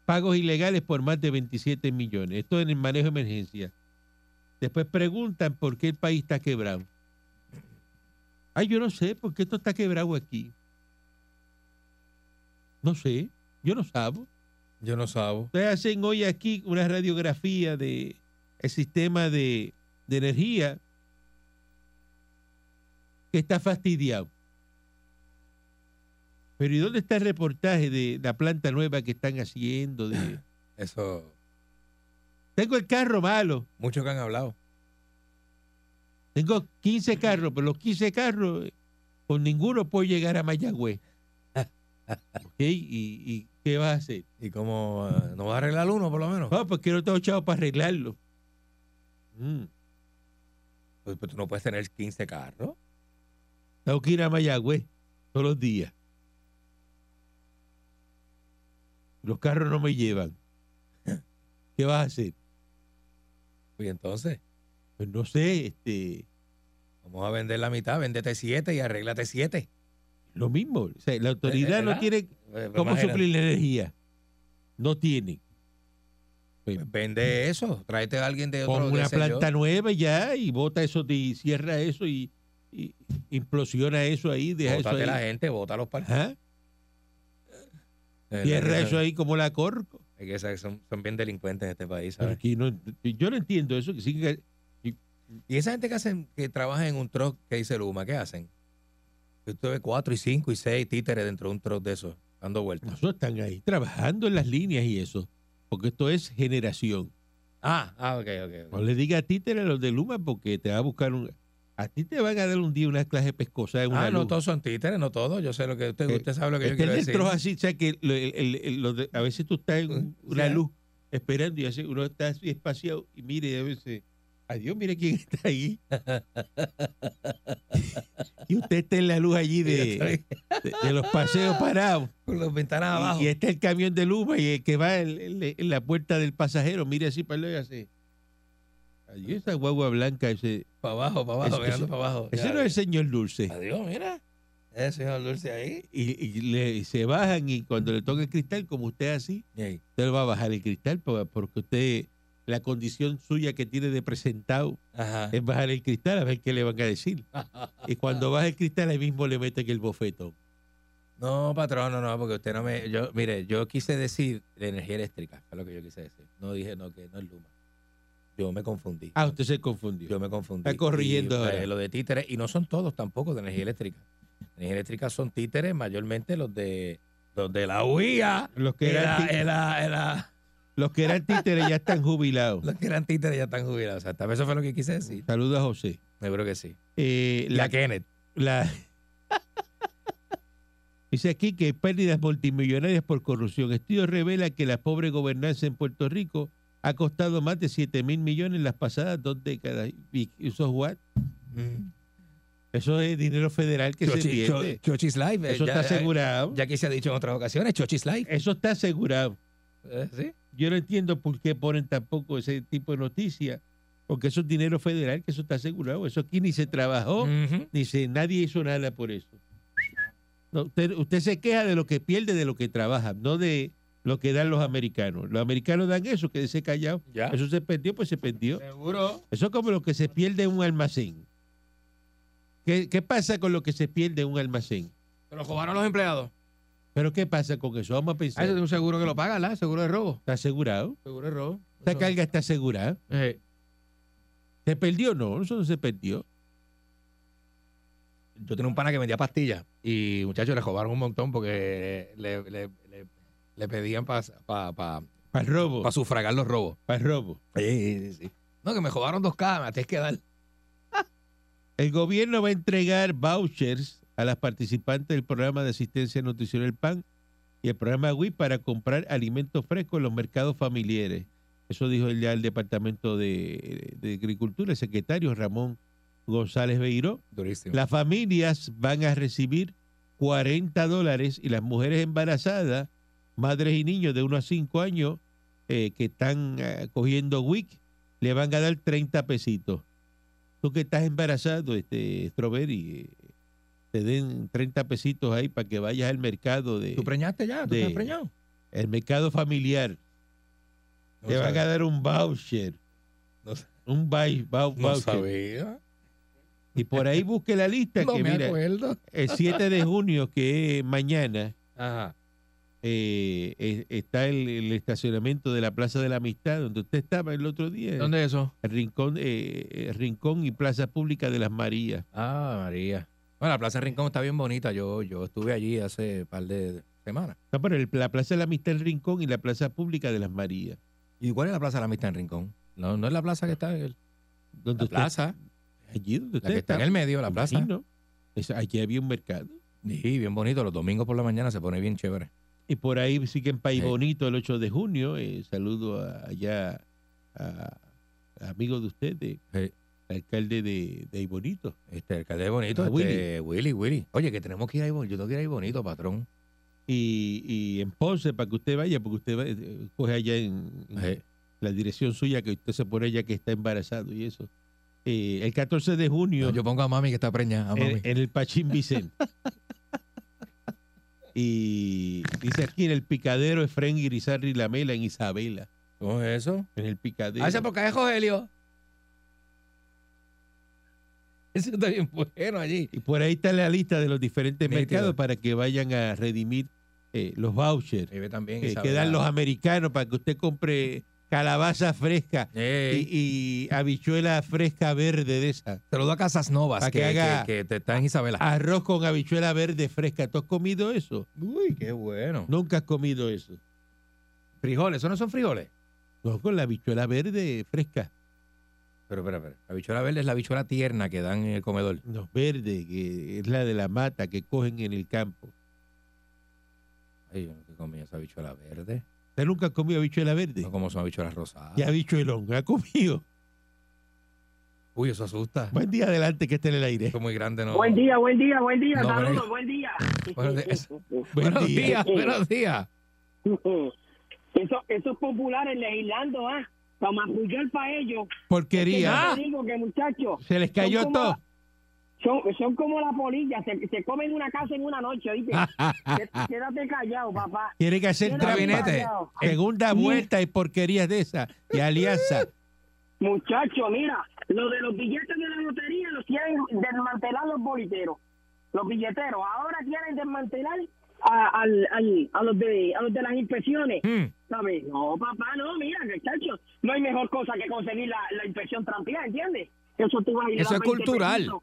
[SPEAKER 3] Pagos ilegales por más de 27 millones. Esto en el manejo de emergencia. Después preguntan por qué el país está quebrado. Ay, yo no sé por qué esto está quebrado aquí. No sé, yo no sabo.
[SPEAKER 4] Yo no sabo.
[SPEAKER 3] Ustedes hacen hoy aquí una radiografía de el sistema de, de energía que está fastidiado. Pero ¿y dónde está el reportaje de la planta nueva que están haciendo? De,
[SPEAKER 4] Eso.
[SPEAKER 3] tengo el carro malo,
[SPEAKER 4] Muchos que han hablado.
[SPEAKER 3] tengo 15 carros, pero los 15 carros, eh, con ninguno puedo llegar a Mayagüez. ¿Ok? ¿Y, y qué vas a hacer? Ah, pues
[SPEAKER 4] ¿Y cómo eh, no va a arreglar uno, por lo menos?
[SPEAKER 3] No, porque no tengo chavo para arreglarlo. Mm.
[SPEAKER 4] Pues, pues tú no puedes tener 15 carros.
[SPEAKER 3] Tengo que ir a Mayagüez todos los días. Los carros no me llevan. [LAUGHS] ¿Qué vas a hacer?
[SPEAKER 4] Y entonces,
[SPEAKER 3] Pues no sé, este,
[SPEAKER 4] vamos a vender la mitad, véndete 7 y arréglate 7.
[SPEAKER 3] lo mismo. O sea, la autoridad no
[SPEAKER 4] Eh, ¿verdad?
[SPEAKER 3] tiene
[SPEAKER 4] Pues,
[SPEAKER 3] cómo suplir la energía. No tiene.
[SPEAKER 4] Vende eso, tráete a alguien de otro.
[SPEAKER 3] Pon
[SPEAKER 4] qué
[SPEAKER 3] una
[SPEAKER 4] sé yo.
[SPEAKER 3] planta nueva y ya y bota eso y cierra eso y, y implosiona eso ahí, deja eso
[SPEAKER 4] Bótate
[SPEAKER 3] ahí.
[SPEAKER 4] la gente, bota los parques.
[SPEAKER 3] Ajá, Cierra
[SPEAKER 4] eh.
[SPEAKER 3] eso ahí como la corco.
[SPEAKER 4] Es que esas son, son bien delincuentes en este país.
[SPEAKER 3] Pero
[SPEAKER 4] ¿sabes?
[SPEAKER 3] aquí no- yo no entiendo eso. Que sigue,
[SPEAKER 4] Y esa gente que hacen, que trabaja en un truck que dice Luma, ¿qué hacen? Que Usted ve cuatro y cinco y seis títeres dentro de un truck de esos, dando vueltas.
[SPEAKER 3] Nosotros están ahí trabajando en las líneas y eso, porque esto es generación.
[SPEAKER 4] Ah, ah, ok, ok.
[SPEAKER 3] No
[SPEAKER 4] ok.
[SPEAKER 3] le diga a títere a los de Luma porque te va a buscar un... A ti te van a dar un día una clase pescosa en una
[SPEAKER 4] Ah, no
[SPEAKER 3] luz.
[SPEAKER 4] todos son títeres, no todos. Yo sé lo que usted,
[SPEAKER 3] Eh,
[SPEAKER 4] usted sabe lo que yo
[SPEAKER 3] Están
[SPEAKER 4] quiero decir. [LAUGHS] Pues,
[SPEAKER 3] dentro así, o sea que lo- el- el- el- lo de- a veces tú estás en un- una
[SPEAKER 4] Sí.
[SPEAKER 3] luz esperando y así uno está así espaciado y mire y a veces Adiós, mire quién está
[SPEAKER 4] [LAUGHS]
[SPEAKER 3] ahí. y usted está en la luz allí de, de, de los paseos parados.
[SPEAKER 4] Con las ventanas abajo.
[SPEAKER 3] Y, este- y está el camión de Luma y el que va en, en- en la puerta del pasajero. Mire así para el lado y así. Allí esa guagua blanca. Ese,
[SPEAKER 4] para abajo, para abajo,
[SPEAKER 3] Ese-
[SPEAKER 4] mirando para abajo.
[SPEAKER 3] ese
[SPEAKER 4] Ya,
[SPEAKER 3] no es el Eh, señor Dulce.
[SPEAKER 4] Adiós, mira. Ese señor Dulce ahí.
[SPEAKER 3] Y, y le- y se bajan y cuando le toca el cristal, como usted así,
[SPEAKER 4] Ey,
[SPEAKER 3] usted va a bajar el cristal po- porque usted, la condición suya que tiene de presentado
[SPEAKER 4] Ajá.
[SPEAKER 3] es bajar el cristal a ver qué le van a decir. Y cuando baja el cristal, ahí mismo le meten el bofetón.
[SPEAKER 4] [LAUGHS] No, patrón, no, no, porque usted no me. Yo, mire, yo quise decir de energía eléctrica, es lo que yo quise decir. No dije, no, que no es Luma. Yo me confundí.
[SPEAKER 3] Ah, usted se confundió.
[SPEAKER 4] Yo me confundí.
[SPEAKER 3] Está corrigiendo
[SPEAKER 4] Y,
[SPEAKER 3] ahora.
[SPEAKER 4] eh, lo de títeres, y no son todos tampoco de energía eléctrica. Energía eléctrica son títeres, mayormente los de los de la UIA.
[SPEAKER 3] Los que, eran,
[SPEAKER 4] Era,
[SPEAKER 3] tí-
[SPEAKER 4] era, era-
[SPEAKER 3] los que eran títeres ya están jubilados.
[SPEAKER 4] los que eran títeres ya están jubilados. O sea, tal vez eso fue lo que quise decir.
[SPEAKER 3] Saluda a José.
[SPEAKER 4] Yo creo que sí.
[SPEAKER 3] Eh,
[SPEAKER 4] La,
[SPEAKER 3] la,
[SPEAKER 4] Kenneth. [LAUGHS]
[SPEAKER 3] la- Dice aquí que hay pérdidas multimillonarias por corrupción. Estudio revela que la pobre gobernanza en Puerto Rico ha costado más de 7 mil millones en las pasadas dos décadas. ¿Y eso es what? Eso es dinero federal que se
[SPEAKER 4] Mm. Chochi-
[SPEAKER 3] pierde.
[SPEAKER 4] Cho- Chochis Live. eh,
[SPEAKER 3] Eso
[SPEAKER 4] ya-
[SPEAKER 3] está
[SPEAKER 4] ya-
[SPEAKER 3] asegurado.
[SPEAKER 4] Ya que se ha dicho en otras ocasiones, Chochis Live.
[SPEAKER 3] Eso está asegurado.
[SPEAKER 4] Eh, sí.
[SPEAKER 3] Yo no entiendo por qué ponen tampoco ese tipo de noticias, porque eso es dinero federal, que eso está asegurado. Eso aquí ni se trabajó,
[SPEAKER 4] Ujú.
[SPEAKER 3] ni se, nadie hizo nada por eso. No, usted, usted se queja de lo que pierde, de lo que trabaja, no de lo que dan los americanos. Los americanos dan eso, quédese callado.
[SPEAKER 4] Ya.
[SPEAKER 3] Eso se perdió, pues se perdió.
[SPEAKER 4] Seguro.
[SPEAKER 3] Eso es como lo que se pierde en un almacén. ¿Qué, qué pasa con lo que se pierde en un almacén?
[SPEAKER 4] Se lo robaron los empleados.
[SPEAKER 3] ¿Pero qué pasa con eso? Vamos a
[SPEAKER 4] Ah, eso
[SPEAKER 3] pensar.
[SPEAKER 4] es un seguro que lo paga, ¿la? Seguro de robo.
[SPEAKER 3] ¿Está asegurado?
[SPEAKER 4] Seguro de robo.
[SPEAKER 3] ¿Esta
[SPEAKER 4] Eso-
[SPEAKER 3] carga está asegurada?
[SPEAKER 4] Eh,
[SPEAKER 3] ¿Se perdió? No, eso no se perdió.
[SPEAKER 4] Yo tenía un pana que vendía pastillas y muchachos le robaron un montón porque le, le- le- le pedían para
[SPEAKER 3] Para robo.
[SPEAKER 4] sufragar los robos.
[SPEAKER 3] Para robo.
[SPEAKER 4] No, que me robaron dos camas, tienes que dar.
[SPEAKER 3] El gobierno va a entregar vouchers a las participantes del programa de asistencia nutricional PAN y el programa WI para comprar alimentos frescos en los mercados familiares. Eso dijo el- ya el Departamento de, de Agricultura, el secretario Ramón González Beiró.
[SPEAKER 4] Durísimo.
[SPEAKER 3] Las familias van a recibir 40 dólares y las mujeres embarazadas, madres y niños de 1 a 5 años eh, que están eh, cogiendo WIC, le van a dar 30 pesitos. Tú que estás embarazado, este, Strawberry, eh, te den 30 pesitos ahí para que vayas al mercado de
[SPEAKER 4] ¿Tú preñaste ya? ¿Tú
[SPEAKER 3] de-
[SPEAKER 4] estás preñado?
[SPEAKER 3] el mercado familiar. te van a dar un voucher.
[SPEAKER 4] No sa-
[SPEAKER 3] un vou- vou-
[SPEAKER 4] No
[SPEAKER 3] voucher.
[SPEAKER 4] sabía.
[SPEAKER 3] y por ahí busque la lista
[SPEAKER 4] [LAUGHS] No
[SPEAKER 3] que
[SPEAKER 4] me
[SPEAKER 3] mira,
[SPEAKER 4] acuerdo.
[SPEAKER 3] el 7 de junio, que es mañana,
[SPEAKER 4] Ajá.
[SPEAKER 3] eh, es- está el, el estacionamiento de la Plaza de la Amistad, donde usted estaba el otro día.
[SPEAKER 4] ¿Dónde es eso?
[SPEAKER 3] El Rincón, eh, eh, Rincón y Plaza Pública de las Marías.
[SPEAKER 4] Ah, María. Bueno, la Plaza Rincón está bien bonita. Yo, yo estuve allí hace un par de semanas.
[SPEAKER 3] Está por el- la Plaza de la Amistad, el Rincón y la Plaza Pública de las Marías.
[SPEAKER 4] ¿Y cuál es la Plaza de la Amistad en Rincón? No, no es la plaza que está en el-
[SPEAKER 3] Donde
[SPEAKER 4] La
[SPEAKER 3] usted-
[SPEAKER 4] plaza,
[SPEAKER 3] Allí donde
[SPEAKER 4] la que
[SPEAKER 3] usted
[SPEAKER 4] está en el medio, la plaza.
[SPEAKER 3] Imagino. Es- allí había un mercado.
[SPEAKER 4] Sí, bien bonito. Los domingos por la mañana se pone bien chévere.
[SPEAKER 3] Y por ahí sigue en País
[SPEAKER 4] Sí.
[SPEAKER 3] Bonito el 8 de junio. eh, saludo a- allá a, a amigos de ustedes,
[SPEAKER 4] Sí.
[SPEAKER 3] al alcalde de, de Ahí Bonito.
[SPEAKER 4] Este, el alcalde es bonito,
[SPEAKER 3] Ah,
[SPEAKER 4] este, Willy. Willy, Oye, que tenemos que ir ahí, bon- yo tengo que ir ahí bonito, patrón.
[SPEAKER 3] Y, y en Ponce, para que usted vaya, porque usted va- eh, coge allá en, en
[SPEAKER 4] Eh,
[SPEAKER 3] la dirección suya, que usted se pone allá que está embarazado y eso. Eh, el 14 de junio
[SPEAKER 4] Yo, pongo a mami que está preñada, a mami.
[SPEAKER 3] en, en el Pachín Vicente. [LAUGHS] y dice aquí en el picadero Efren Irizarri Lamela en Isabela.
[SPEAKER 4] ¿Cómo es eso?
[SPEAKER 3] En el picadero.
[SPEAKER 4] Ah, ese porque es Jogelio. [LAUGHS] Eso está bien bueno allí.
[SPEAKER 3] Y por ahí está la lista de los diferentes
[SPEAKER 4] Nítido.
[SPEAKER 3] mercados para que vayan a redimir eh, los vouchers
[SPEAKER 4] Y ve también
[SPEAKER 3] que, que
[SPEAKER 4] Isabela.
[SPEAKER 3] dan los americanos para que usted compre calabaza fresca
[SPEAKER 4] Ey,
[SPEAKER 3] y, y habichuela fresca verde de esa.
[SPEAKER 4] saludo a Casas Novas,
[SPEAKER 3] Pa'
[SPEAKER 4] que,
[SPEAKER 3] que haga-
[SPEAKER 4] que- que te está en Isabela.
[SPEAKER 3] Arroz con habichuela verde fresca. ¿Tú has comido eso?
[SPEAKER 4] Uy, qué bueno.
[SPEAKER 3] Nunca has comido eso.
[SPEAKER 4] Frijoles, ¿eso no son frijoles?
[SPEAKER 3] No, con la habichuela verde fresca.
[SPEAKER 4] Pero, espera, espera. La bichuela verde es la bichuela tierna que dan en el comedor.
[SPEAKER 3] No, verde, que es la de la mata que cogen en el campo.
[SPEAKER 4] Ay, yo nunca comí esa bichuela verde. Ah.
[SPEAKER 3] ¿Usted nunca has comido habichuela verde?
[SPEAKER 4] No como son habichuelas rosadas.
[SPEAKER 3] Y habichuelón, ¿ha comido?
[SPEAKER 4] Uy, eso asusta.
[SPEAKER 3] Buen día adelante que esté en el aire.
[SPEAKER 4] Esto es muy grande, ¿no?
[SPEAKER 6] Buen día, buen día, buen día.
[SPEAKER 4] No, pero-
[SPEAKER 6] Saludos, buen día.
[SPEAKER 4] Buenos días.
[SPEAKER 3] Buen
[SPEAKER 4] [LAUGHS] Buenos
[SPEAKER 3] día.
[SPEAKER 4] días, buenos días.
[SPEAKER 6] [LAUGHS] Eso, esos populares legislando, ¿ah? Para mampullar para ellos. Yo
[SPEAKER 3] Porquería.
[SPEAKER 4] Ah,
[SPEAKER 6] te digo que, muchachos,
[SPEAKER 3] Se les cayó
[SPEAKER 6] Son como
[SPEAKER 3] todo.
[SPEAKER 6] son, son como la polilla. Se, se comen una casa en una noche,
[SPEAKER 3] [LAUGHS]
[SPEAKER 6] ¿oíste? Qué- Quédate callado, papá.
[SPEAKER 3] Tiene que hacer
[SPEAKER 6] Quédate
[SPEAKER 3] trampa.
[SPEAKER 4] gabinete.
[SPEAKER 6] callado.
[SPEAKER 3] Segunda vuelta y porquerías de esas. Y alianza.
[SPEAKER 6] Muchacho, mira, lo de los billetes de la lotería los quieren desmantelar los boliteros, los billeteros. Ahora quieren desmantelar a, al- al- a los, de, a los de las inspecciones.
[SPEAKER 4] Hmm.
[SPEAKER 6] ¿Sabes? No, papá, no, mira, muchacho, no hay mejor cosa que conseguir la, la inspección trampía, ¿entiendes? Eso tú vas a ir
[SPEAKER 4] Eso
[SPEAKER 6] a
[SPEAKER 4] es
[SPEAKER 6] 20
[SPEAKER 4] cultural.
[SPEAKER 6] pesitos.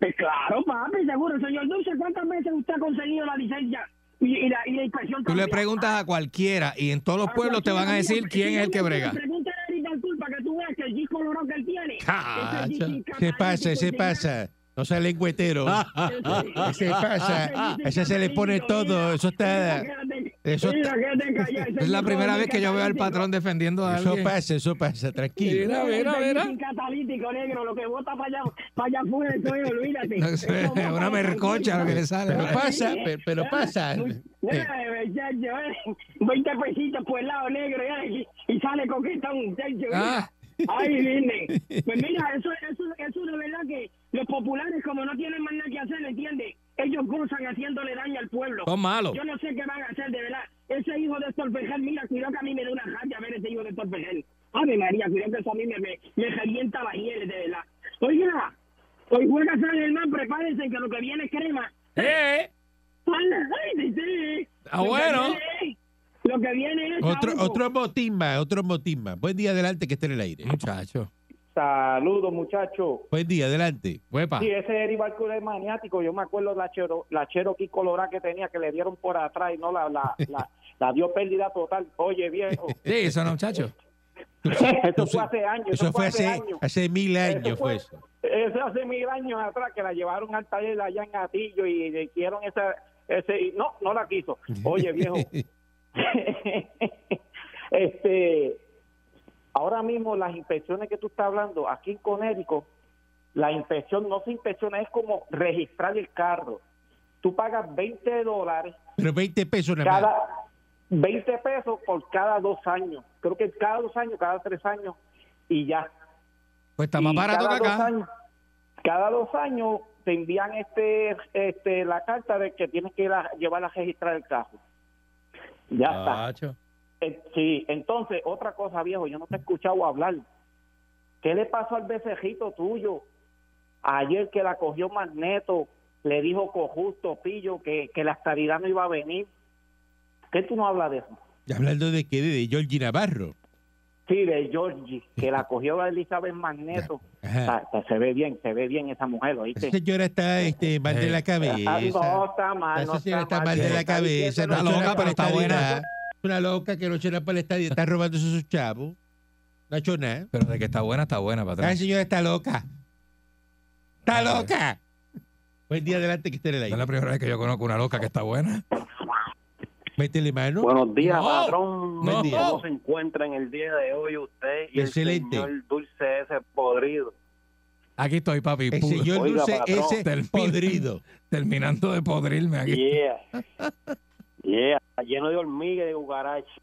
[SPEAKER 6] Pues claro, papi, seguro. Señor Dulce, ¿cuántas veces usted ha conseguido la licencia y, y la, y la inspección
[SPEAKER 4] Tú le
[SPEAKER 6] trampía?
[SPEAKER 4] preguntas a cualquiera y en todos los
[SPEAKER 6] A
[SPEAKER 4] pueblos te van a
[SPEAKER 6] cualquiera,
[SPEAKER 4] decir
[SPEAKER 6] mira,
[SPEAKER 4] quién es el que brega.
[SPEAKER 6] Pregúntale a Ritalcul para que tú veas que el G colorado que él tiene.
[SPEAKER 4] Cacha.
[SPEAKER 6] ese G
[SPEAKER 3] Se
[SPEAKER 6] catalítico
[SPEAKER 3] pasa, se
[SPEAKER 6] de-
[SPEAKER 3] pasa. No sea lengüetero.
[SPEAKER 6] ese-
[SPEAKER 3] Se pasa.
[SPEAKER 6] ese G
[SPEAKER 3] A ese se le pone
[SPEAKER 6] catalítico,
[SPEAKER 3] todo.
[SPEAKER 6] mira.
[SPEAKER 3] Eso está.
[SPEAKER 6] Mira, quédate-
[SPEAKER 3] eso
[SPEAKER 6] mira, quédate callado, ese
[SPEAKER 4] Es la
[SPEAKER 6] G
[SPEAKER 4] primera vez que yo veo al
[SPEAKER 6] catalítico.
[SPEAKER 4] patrón defendiendo a
[SPEAKER 3] Eso
[SPEAKER 4] alguien.
[SPEAKER 3] pasa, eso pasa. Tranquilo.
[SPEAKER 4] Mira, mira,
[SPEAKER 6] Ese
[SPEAKER 4] mira.
[SPEAKER 6] G catalítico negro, lo que bota para allá, para allá afuera, eso es, olvídate.
[SPEAKER 4] No, eso es
[SPEAKER 6] Eso
[SPEAKER 4] una
[SPEAKER 6] bota-
[SPEAKER 4] mercocha lo que le sale.
[SPEAKER 3] Pero pasa, pero, pero
[SPEAKER 6] Ah,
[SPEAKER 3] pasa.
[SPEAKER 6] muy-
[SPEAKER 3] Eh,
[SPEAKER 6] eh, muchacho, eh, 20 pesitos por el lado negro ya, y, y sale coquetón, muchacho.
[SPEAKER 4] Ah.
[SPEAKER 6] mira. Ay, viene. Pues mira, eso, eso, eso de verdad que los populares, como no tienen más nada que hacer, ¿entiendes? Ellos gozan haciéndole daño al pueblo.
[SPEAKER 4] Son malos.
[SPEAKER 6] Yo no sé qué van a hacer, de verdad. Ese hijo de Torpejel, mira, cuidado que a mí me da una jaya ver ese hijo de Torpejel. Ave María, cuidado que eso a mí me, me, me revienta bajieles, de verdad. Oiga, hoy juega San Germán, prepárense que lo que viene es crema.
[SPEAKER 4] Eh,
[SPEAKER 6] Ay, sí.
[SPEAKER 4] Ah,
[SPEAKER 6] Lo que
[SPEAKER 4] bueno.
[SPEAKER 6] viene es- Lo que viene
[SPEAKER 4] Eh,
[SPEAKER 6] es.
[SPEAKER 3] Otro,
[SPEAKER 6] Saúco.
[SPEAKER 3] otro motín más, otro motín más. Buen día adelante que esté en el aire.
[SPEAKER 4] Muchacho.
[SPEAKER 7] Saludos, muchachos.
[SPEAKER 3] Buen día adelante.
[SPEAKER 4] Huepa.
[SPEAKER 7] Sí, ese Eddie Barco es maniático. Yo me acuerdo la, Chero, la Cherokee colorada que tenía, que le dieron por atrás y no la, la,
[SPEAKER 3] [LAUGHS]
[SPEAKER 7] la, la dio pérdida total. Oye, viejo.
[SPEAKER 4] Sí, eso no, muchacho.
[SPEAKER 7] Eso fue hace años.
[SPEAKER 3] Eso fue hace, hace mil años. pues. Fue eso.
[SPEAKER 7] Eso hace mil años atrás que la llevaron al taller allá en Gatillo y le hicieron esa, ese... y no, no la quiso. Oye, viejo. este, ahora mismo las inspecciones que tú estás hablando, aquí en Conérico, la inspección no se inspecciona, es como registrar el carro. Tú pagas 20 dólares
[SPEAKER 3] Pero 20 pesos nada más.
[SPEAKER 7] cada 20 pesos por cada dos años. Creo que cada dos años, cada tres años y ya.
[SPEAKER 4] Cuesta
[SPEAKER 7] Y
[SPEAKER 4] Pues más barato que
[SPEAKER 7] cada dos
[SPEAKER 4] acá.
[SPEAKER 7] años- cada dos años te envían este, este la carta de que tienes que ir a llevar a registrar el carro. Ya está.
[SPEAKER 4] Muchacho.
[SPEAKER 7] Eh, sí, entonces, otra cosa, viejo, yo no te he escuchado hablar. ¿Qué le pasó al becerrito tuyo? Ayer que la cogió Magneto, le dijo con justo pillo que, que la estabilidad no iba a venir. ¿Qué tú no hablas de eso?
[SPEAKER 3] Y Hablando de que de, de Georgie Navarro.
[SPEAKER 7] Sí, de Georgie,
[SPEAKER 4] [LAUGHS]
[SPEAKER 7] que la cogió a Elizabeth Magneto.
[SPEAKER 3] Ajá.
[SPEAKER 7] Ta- ta- se ve bien, se ve bien esa mujer,
[SPEAKER 3] Esa [LAUGHS]
[SPEAKER 7] ¿oíste?
[SPEAKER 3] señora está este, mal de la
[SPEAKER 7] Ah, no
[SPEAKER 3] cabeza.
[SPEAKER 7] está mal, no
[SPEAKER 3] Esa señora está
[SPEAKER 7] está,
[SPEAKER 3] mal
[SPEAKER 7] mal.
[SPEAKER 3] de
[SPEAKER 7] Se
[SPEAKER 3] la
[SPEAKER 7] está
[SPEAKER 3] cabeza.
[SPEAKER 7] diciendo
[SPEAKER 3] no
[SPEAKER 4] Está
[SPEAKER 7] la
[SPEAKER 3] suena para
[SPEAKER 4] loca, pero
[SPEAKER 3] la
[SPEAKER 4] está buena.
[SPEAKER 3] estadidad. Es una loca que no suena para la estadía. Está robándose sus chavos. No ha hecho nada.
[SPEAKER 4] Pero de que está buena, está buena,
[SPEAKER 3] La
[SPEAKER 4] patrón.
[SPEAKER 3] señora está loca. ¡Está loca! Buen día adelante que esté en el
[SPEAKER 4] No es la
[SPEAKER 3] aire.
[SPEAKER 4] primera vez que yo conozco una loca que está buena.
[SPEAKER 3] Métele mano.
[SPEAKER 8] Buenos días,
[SPEAKER 4] No.
[SPEAKER 8] patrón.
[SPEAKER 4] No.
[SPEAKER 8] ¿Cómo se encuentra en el día de hoy usted y
[SPEAKER 3] Excelente.
[SPEAKER 8] el señor Dulce ese podrido?
[SPEAKER 4] Aquí estoy, papi.
[SPEAKER 3] El
[SPEAKER 4] pu-
[SPEAKER 3] señor
[SPEAKER 8] Oiga,
[SPEAKER 3] Dulce,
[SPEAKER 8] patrón.
[SPEAKER 4] [LAUGHS]
[SPEAKER 3] ese
[SPEAKER 4] Termina.
[SPEAKER 3] podrido.
[SPEAKER 4] Terminando de podrirme aquí.
[SPEAKER 8] Yeah. Yeah, lleno de hormigas y de cucarachas.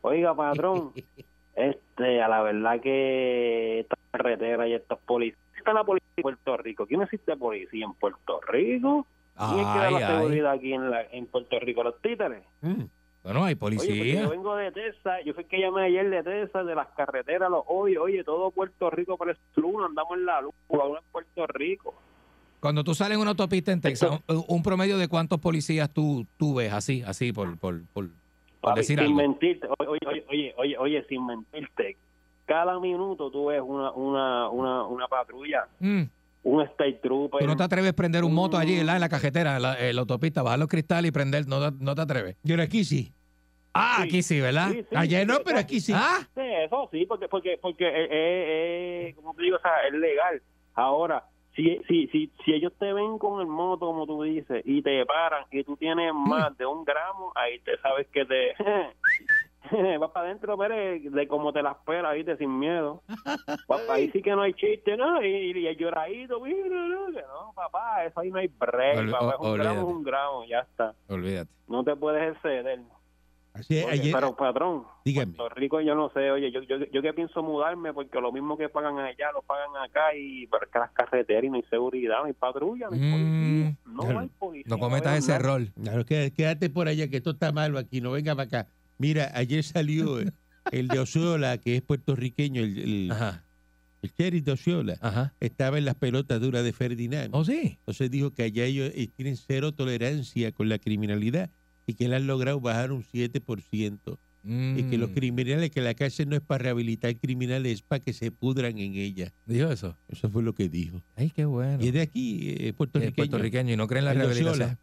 [SPEAKER 8] Oiga,
[SPEAKER 3] [LAUGHS]
[SPEAKER 8] patrón, este, a la verdad que esta carretera y estas policías, está la policía en Puerto Rico. ¿Quién existe policía en Puerto Rico? ¿Quién es que da
[SPEAKER 4] Ay,
[SPEAKER 8] la
[SPEAKER 4] ay.
[SPEAKER 8] seguridad aquí en, la- en Puerto Rico? Los títeres.
[SPEAKER 4] Bueno, hay
[SPEAKER 8] Oye, porque
[SPEAKER 4] policía.
[SPEAKER 8] yo vengo de Texas, yo fui que llamé ayer de Texas, de las carreteras, los hoy, oye, todo Puerto Rico parece luna, andamos en la luz, ahora en Puerto Rico.
[SPEAKER 4] Cuando tú sales en una autopista en Texas, un, un promedio de cuántos policías tú, tú ves así, así, por, por, por, por
[SPEAKER 8] Papi,
[SPEAKER 4] decir
[SPEAKER 8] sin
[SPEAKER 4] algo.
[SPEAKER 8] mentirte, oye, oye, oye, oye, oye, sin mentirte, cada minuto tú ves una, una, una, una patrulla,
[SPEAKER 4] Mm.
[SPEAKER 8] un state trooper.
[SPEAKER 4] Tú no te atreves a prender un moto allí
[SPEAKER 8] Mm.
[SPEAKER 4] ¿verdad? en la cajetera, en la, en la autopista, bajar los cristales y prender, no, te- no te atreves.
[SPEAKER 3] Y ahora aquí sí.
[SPEAKER 4] Ah,
[SPEAKER 8] Sí.
[SPEAKER 4] aquí sí, ¿verdad?
[SPEAKER 8] Sí, sí,
[SPEAKER 3] Allá
[SPEAKER 8] sí,
[SPEAKER 3] no,
[SPEAKER 8] sí,
[SPEAKER 3] pero aquí sí.
[SPEAKER 4] Ah,
[SPEAKER 8] Sí, eso sí, porque, porque, porque eh, eh, eh, como te digo, o sea, es legal. Ahora, si, si, si, si ellos te ven con el moto, como tú
[SPEAKER 4] Mm.
[SPEAKER 7] [LAUGHS]
[SPEAKER 8] dices, y te paran y tú tienes más de un gramo, ahí te sabes que te...
[SPEAKER 7] va para adentro, mire, de como te la espera, ¿viste? Sin miedo. Papá, ahí sí que no hay chiste, ¿no? Y, y el lloradito, mira, no, que no, papá, eso ahí no hay break,
[SPEAKER 4] Ol-
[SPEAKER 7] papá, es
[SPEAKER 4] o-
[SPEAKER 7] un gramo, es
[SPEAKER 4] olvídate.
[SPEAKER 7] un gramo, ya está.
[SPEAKER 4] Olvídate.
[SPEAKER 7] No te puedes exceder.
[SPEAKER 3] Así
[SPEAKER 4] Eh,
[SPEAKER 3] es,
[SPEAKER 7] Oye,
[SPEAKER 3] ayer,
[SPEAKER 7] pero, patrón,
[SPEAKER 3] dígame.
[SPEAKER 7] Puerto Rico yo no sé, oye, yo, yo, yo que pienso mudarme porque lo mismo que pagan allá, lo pagan acá y pero es que las carreteras y no hay seguridad, no hay patrulla, no hay policía.
[SPEAKER 4] Mm,
[SPEAKER 7] No
[SPEAKER 4] claro.
[SPEAKER 7] hay policía.
[SPEAKER 4] No
[SPEAKER 7] veo
[SPEAKER 4] cometas ese
[SPEAKER 7] nada.
[SPEAKER 4] error.
[SPEAKER 3] Claro, quédate, quédate por allá, que esto está malo aquí, no venga para acá. Mira, ayer salió eh, el de Osceola, que es puertorriqueño, el, el,
[SPEAKER 4] Ajá,
[SPEAKER 3] el sheriff de Osceola,
[SPEAKER 4] ajá.
[SPEAKER 3] estaba en las pelotas duras de Ferdinand.
[SPEAKER 4] Oh, sí.
[SPEAKER 3] Entonces dijo que allá ellos eh, tienen cero tolerancia con la criminalidad y que le han logrado bajar un 7%. Y que los
[SPEAKER 4] Mm,
[SPEAKER 3] criminales, que la cárcel no es para rehabilitar criminales, es para que se pudran en ella.
[SPEAKER 4] Dijo eso.
[SPEAKER 3] Eso fue lo que dijo.
[SPEAKER 4] Ay, qué bueno.
[SPEAKER 3] Y es de aquí, eh,
[SPEAKER 4] Es
[SPEAKER 3] puertorriqueño.
[SPEAKER 4] puertorriqueño y no creen en la
[SPEAKER 3] El de
[SPEAKER 4] rehabilitación.
[SPEAKER 3] Osceola.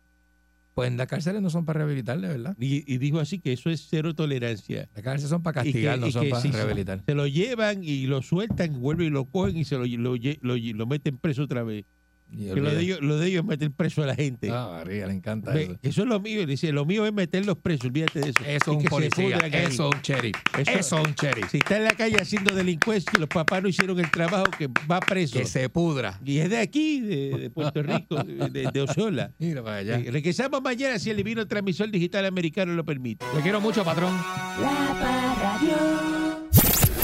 [SPEAKER 4] Pues en las cárceles no son para rehabilitarle, ¿verdad?
[SPEAKER 3] Y- y dijo así que eso es cero tolerancia.
[SPEAKER 4] Las cárceles son para
[SPEAKER 3] Y que-
[SPEAKER 4] castigar, no
[SPEAKER 3] y
[SPEAKER 4] son
[SPEAKER 3] que
[SPEAKER 4] para
[SPEAKER 3] si se-
[SPEAKER 4] rehabilitar.
[SPEAKER 3] Se lo llevan y lo sueltan, vuelven y lo cogen y se lo, lo, lle- lo lle- lo meten preso otra vez.
[SPEAKER 4] Y
[SPEAKER 3] Que lo,
[SPEAKER 4] olvídate.
[SPEAKER 3] de ellos, lo de ellos es meter preso a la gente.
[SPEAKER 4] Ah, barriga, le encanta
[SPEAKER 3] Ve,
[SPEAKER 4] eso.
[SPEAKER 3] eso. es lo mío. Dice, lo mío es meterlos presos, olvídate de eso.
[SPEAKER 4] Eso
[SPEAKER 3] Y
[SPEAKER 4] es un
[SPEAKER 3] que se
[SPEAKER 4] policía,
[SPEAKER 3] pudran ahí.
[SPEAKER 4] eso es un sheriff,
[SPEAKER 3] Eso-
[SPEAKER 4] eso es un sheriff.
[SPEAKER 3] Si está en la calle haciendo delincuencia y los papás no hicieron el trabajo, que va preso.
[SPEAKER 4] Que se pudra.
[SPEAKER 3] Y es de aquí, de, de Puerto Rico, de, de- de
[SPEAKER 4] [LAUGHS]
[SPEAKER 3] Osceola.
[SPEAKER 4] Mira para allá.
[SPEAKER 3] Eh, regresamos mañana si el divino transmisor digital americano lo permite.
[SPEAKER 4] Te quiero mucho, patrón.
[SPEAKER 2] La Parradio.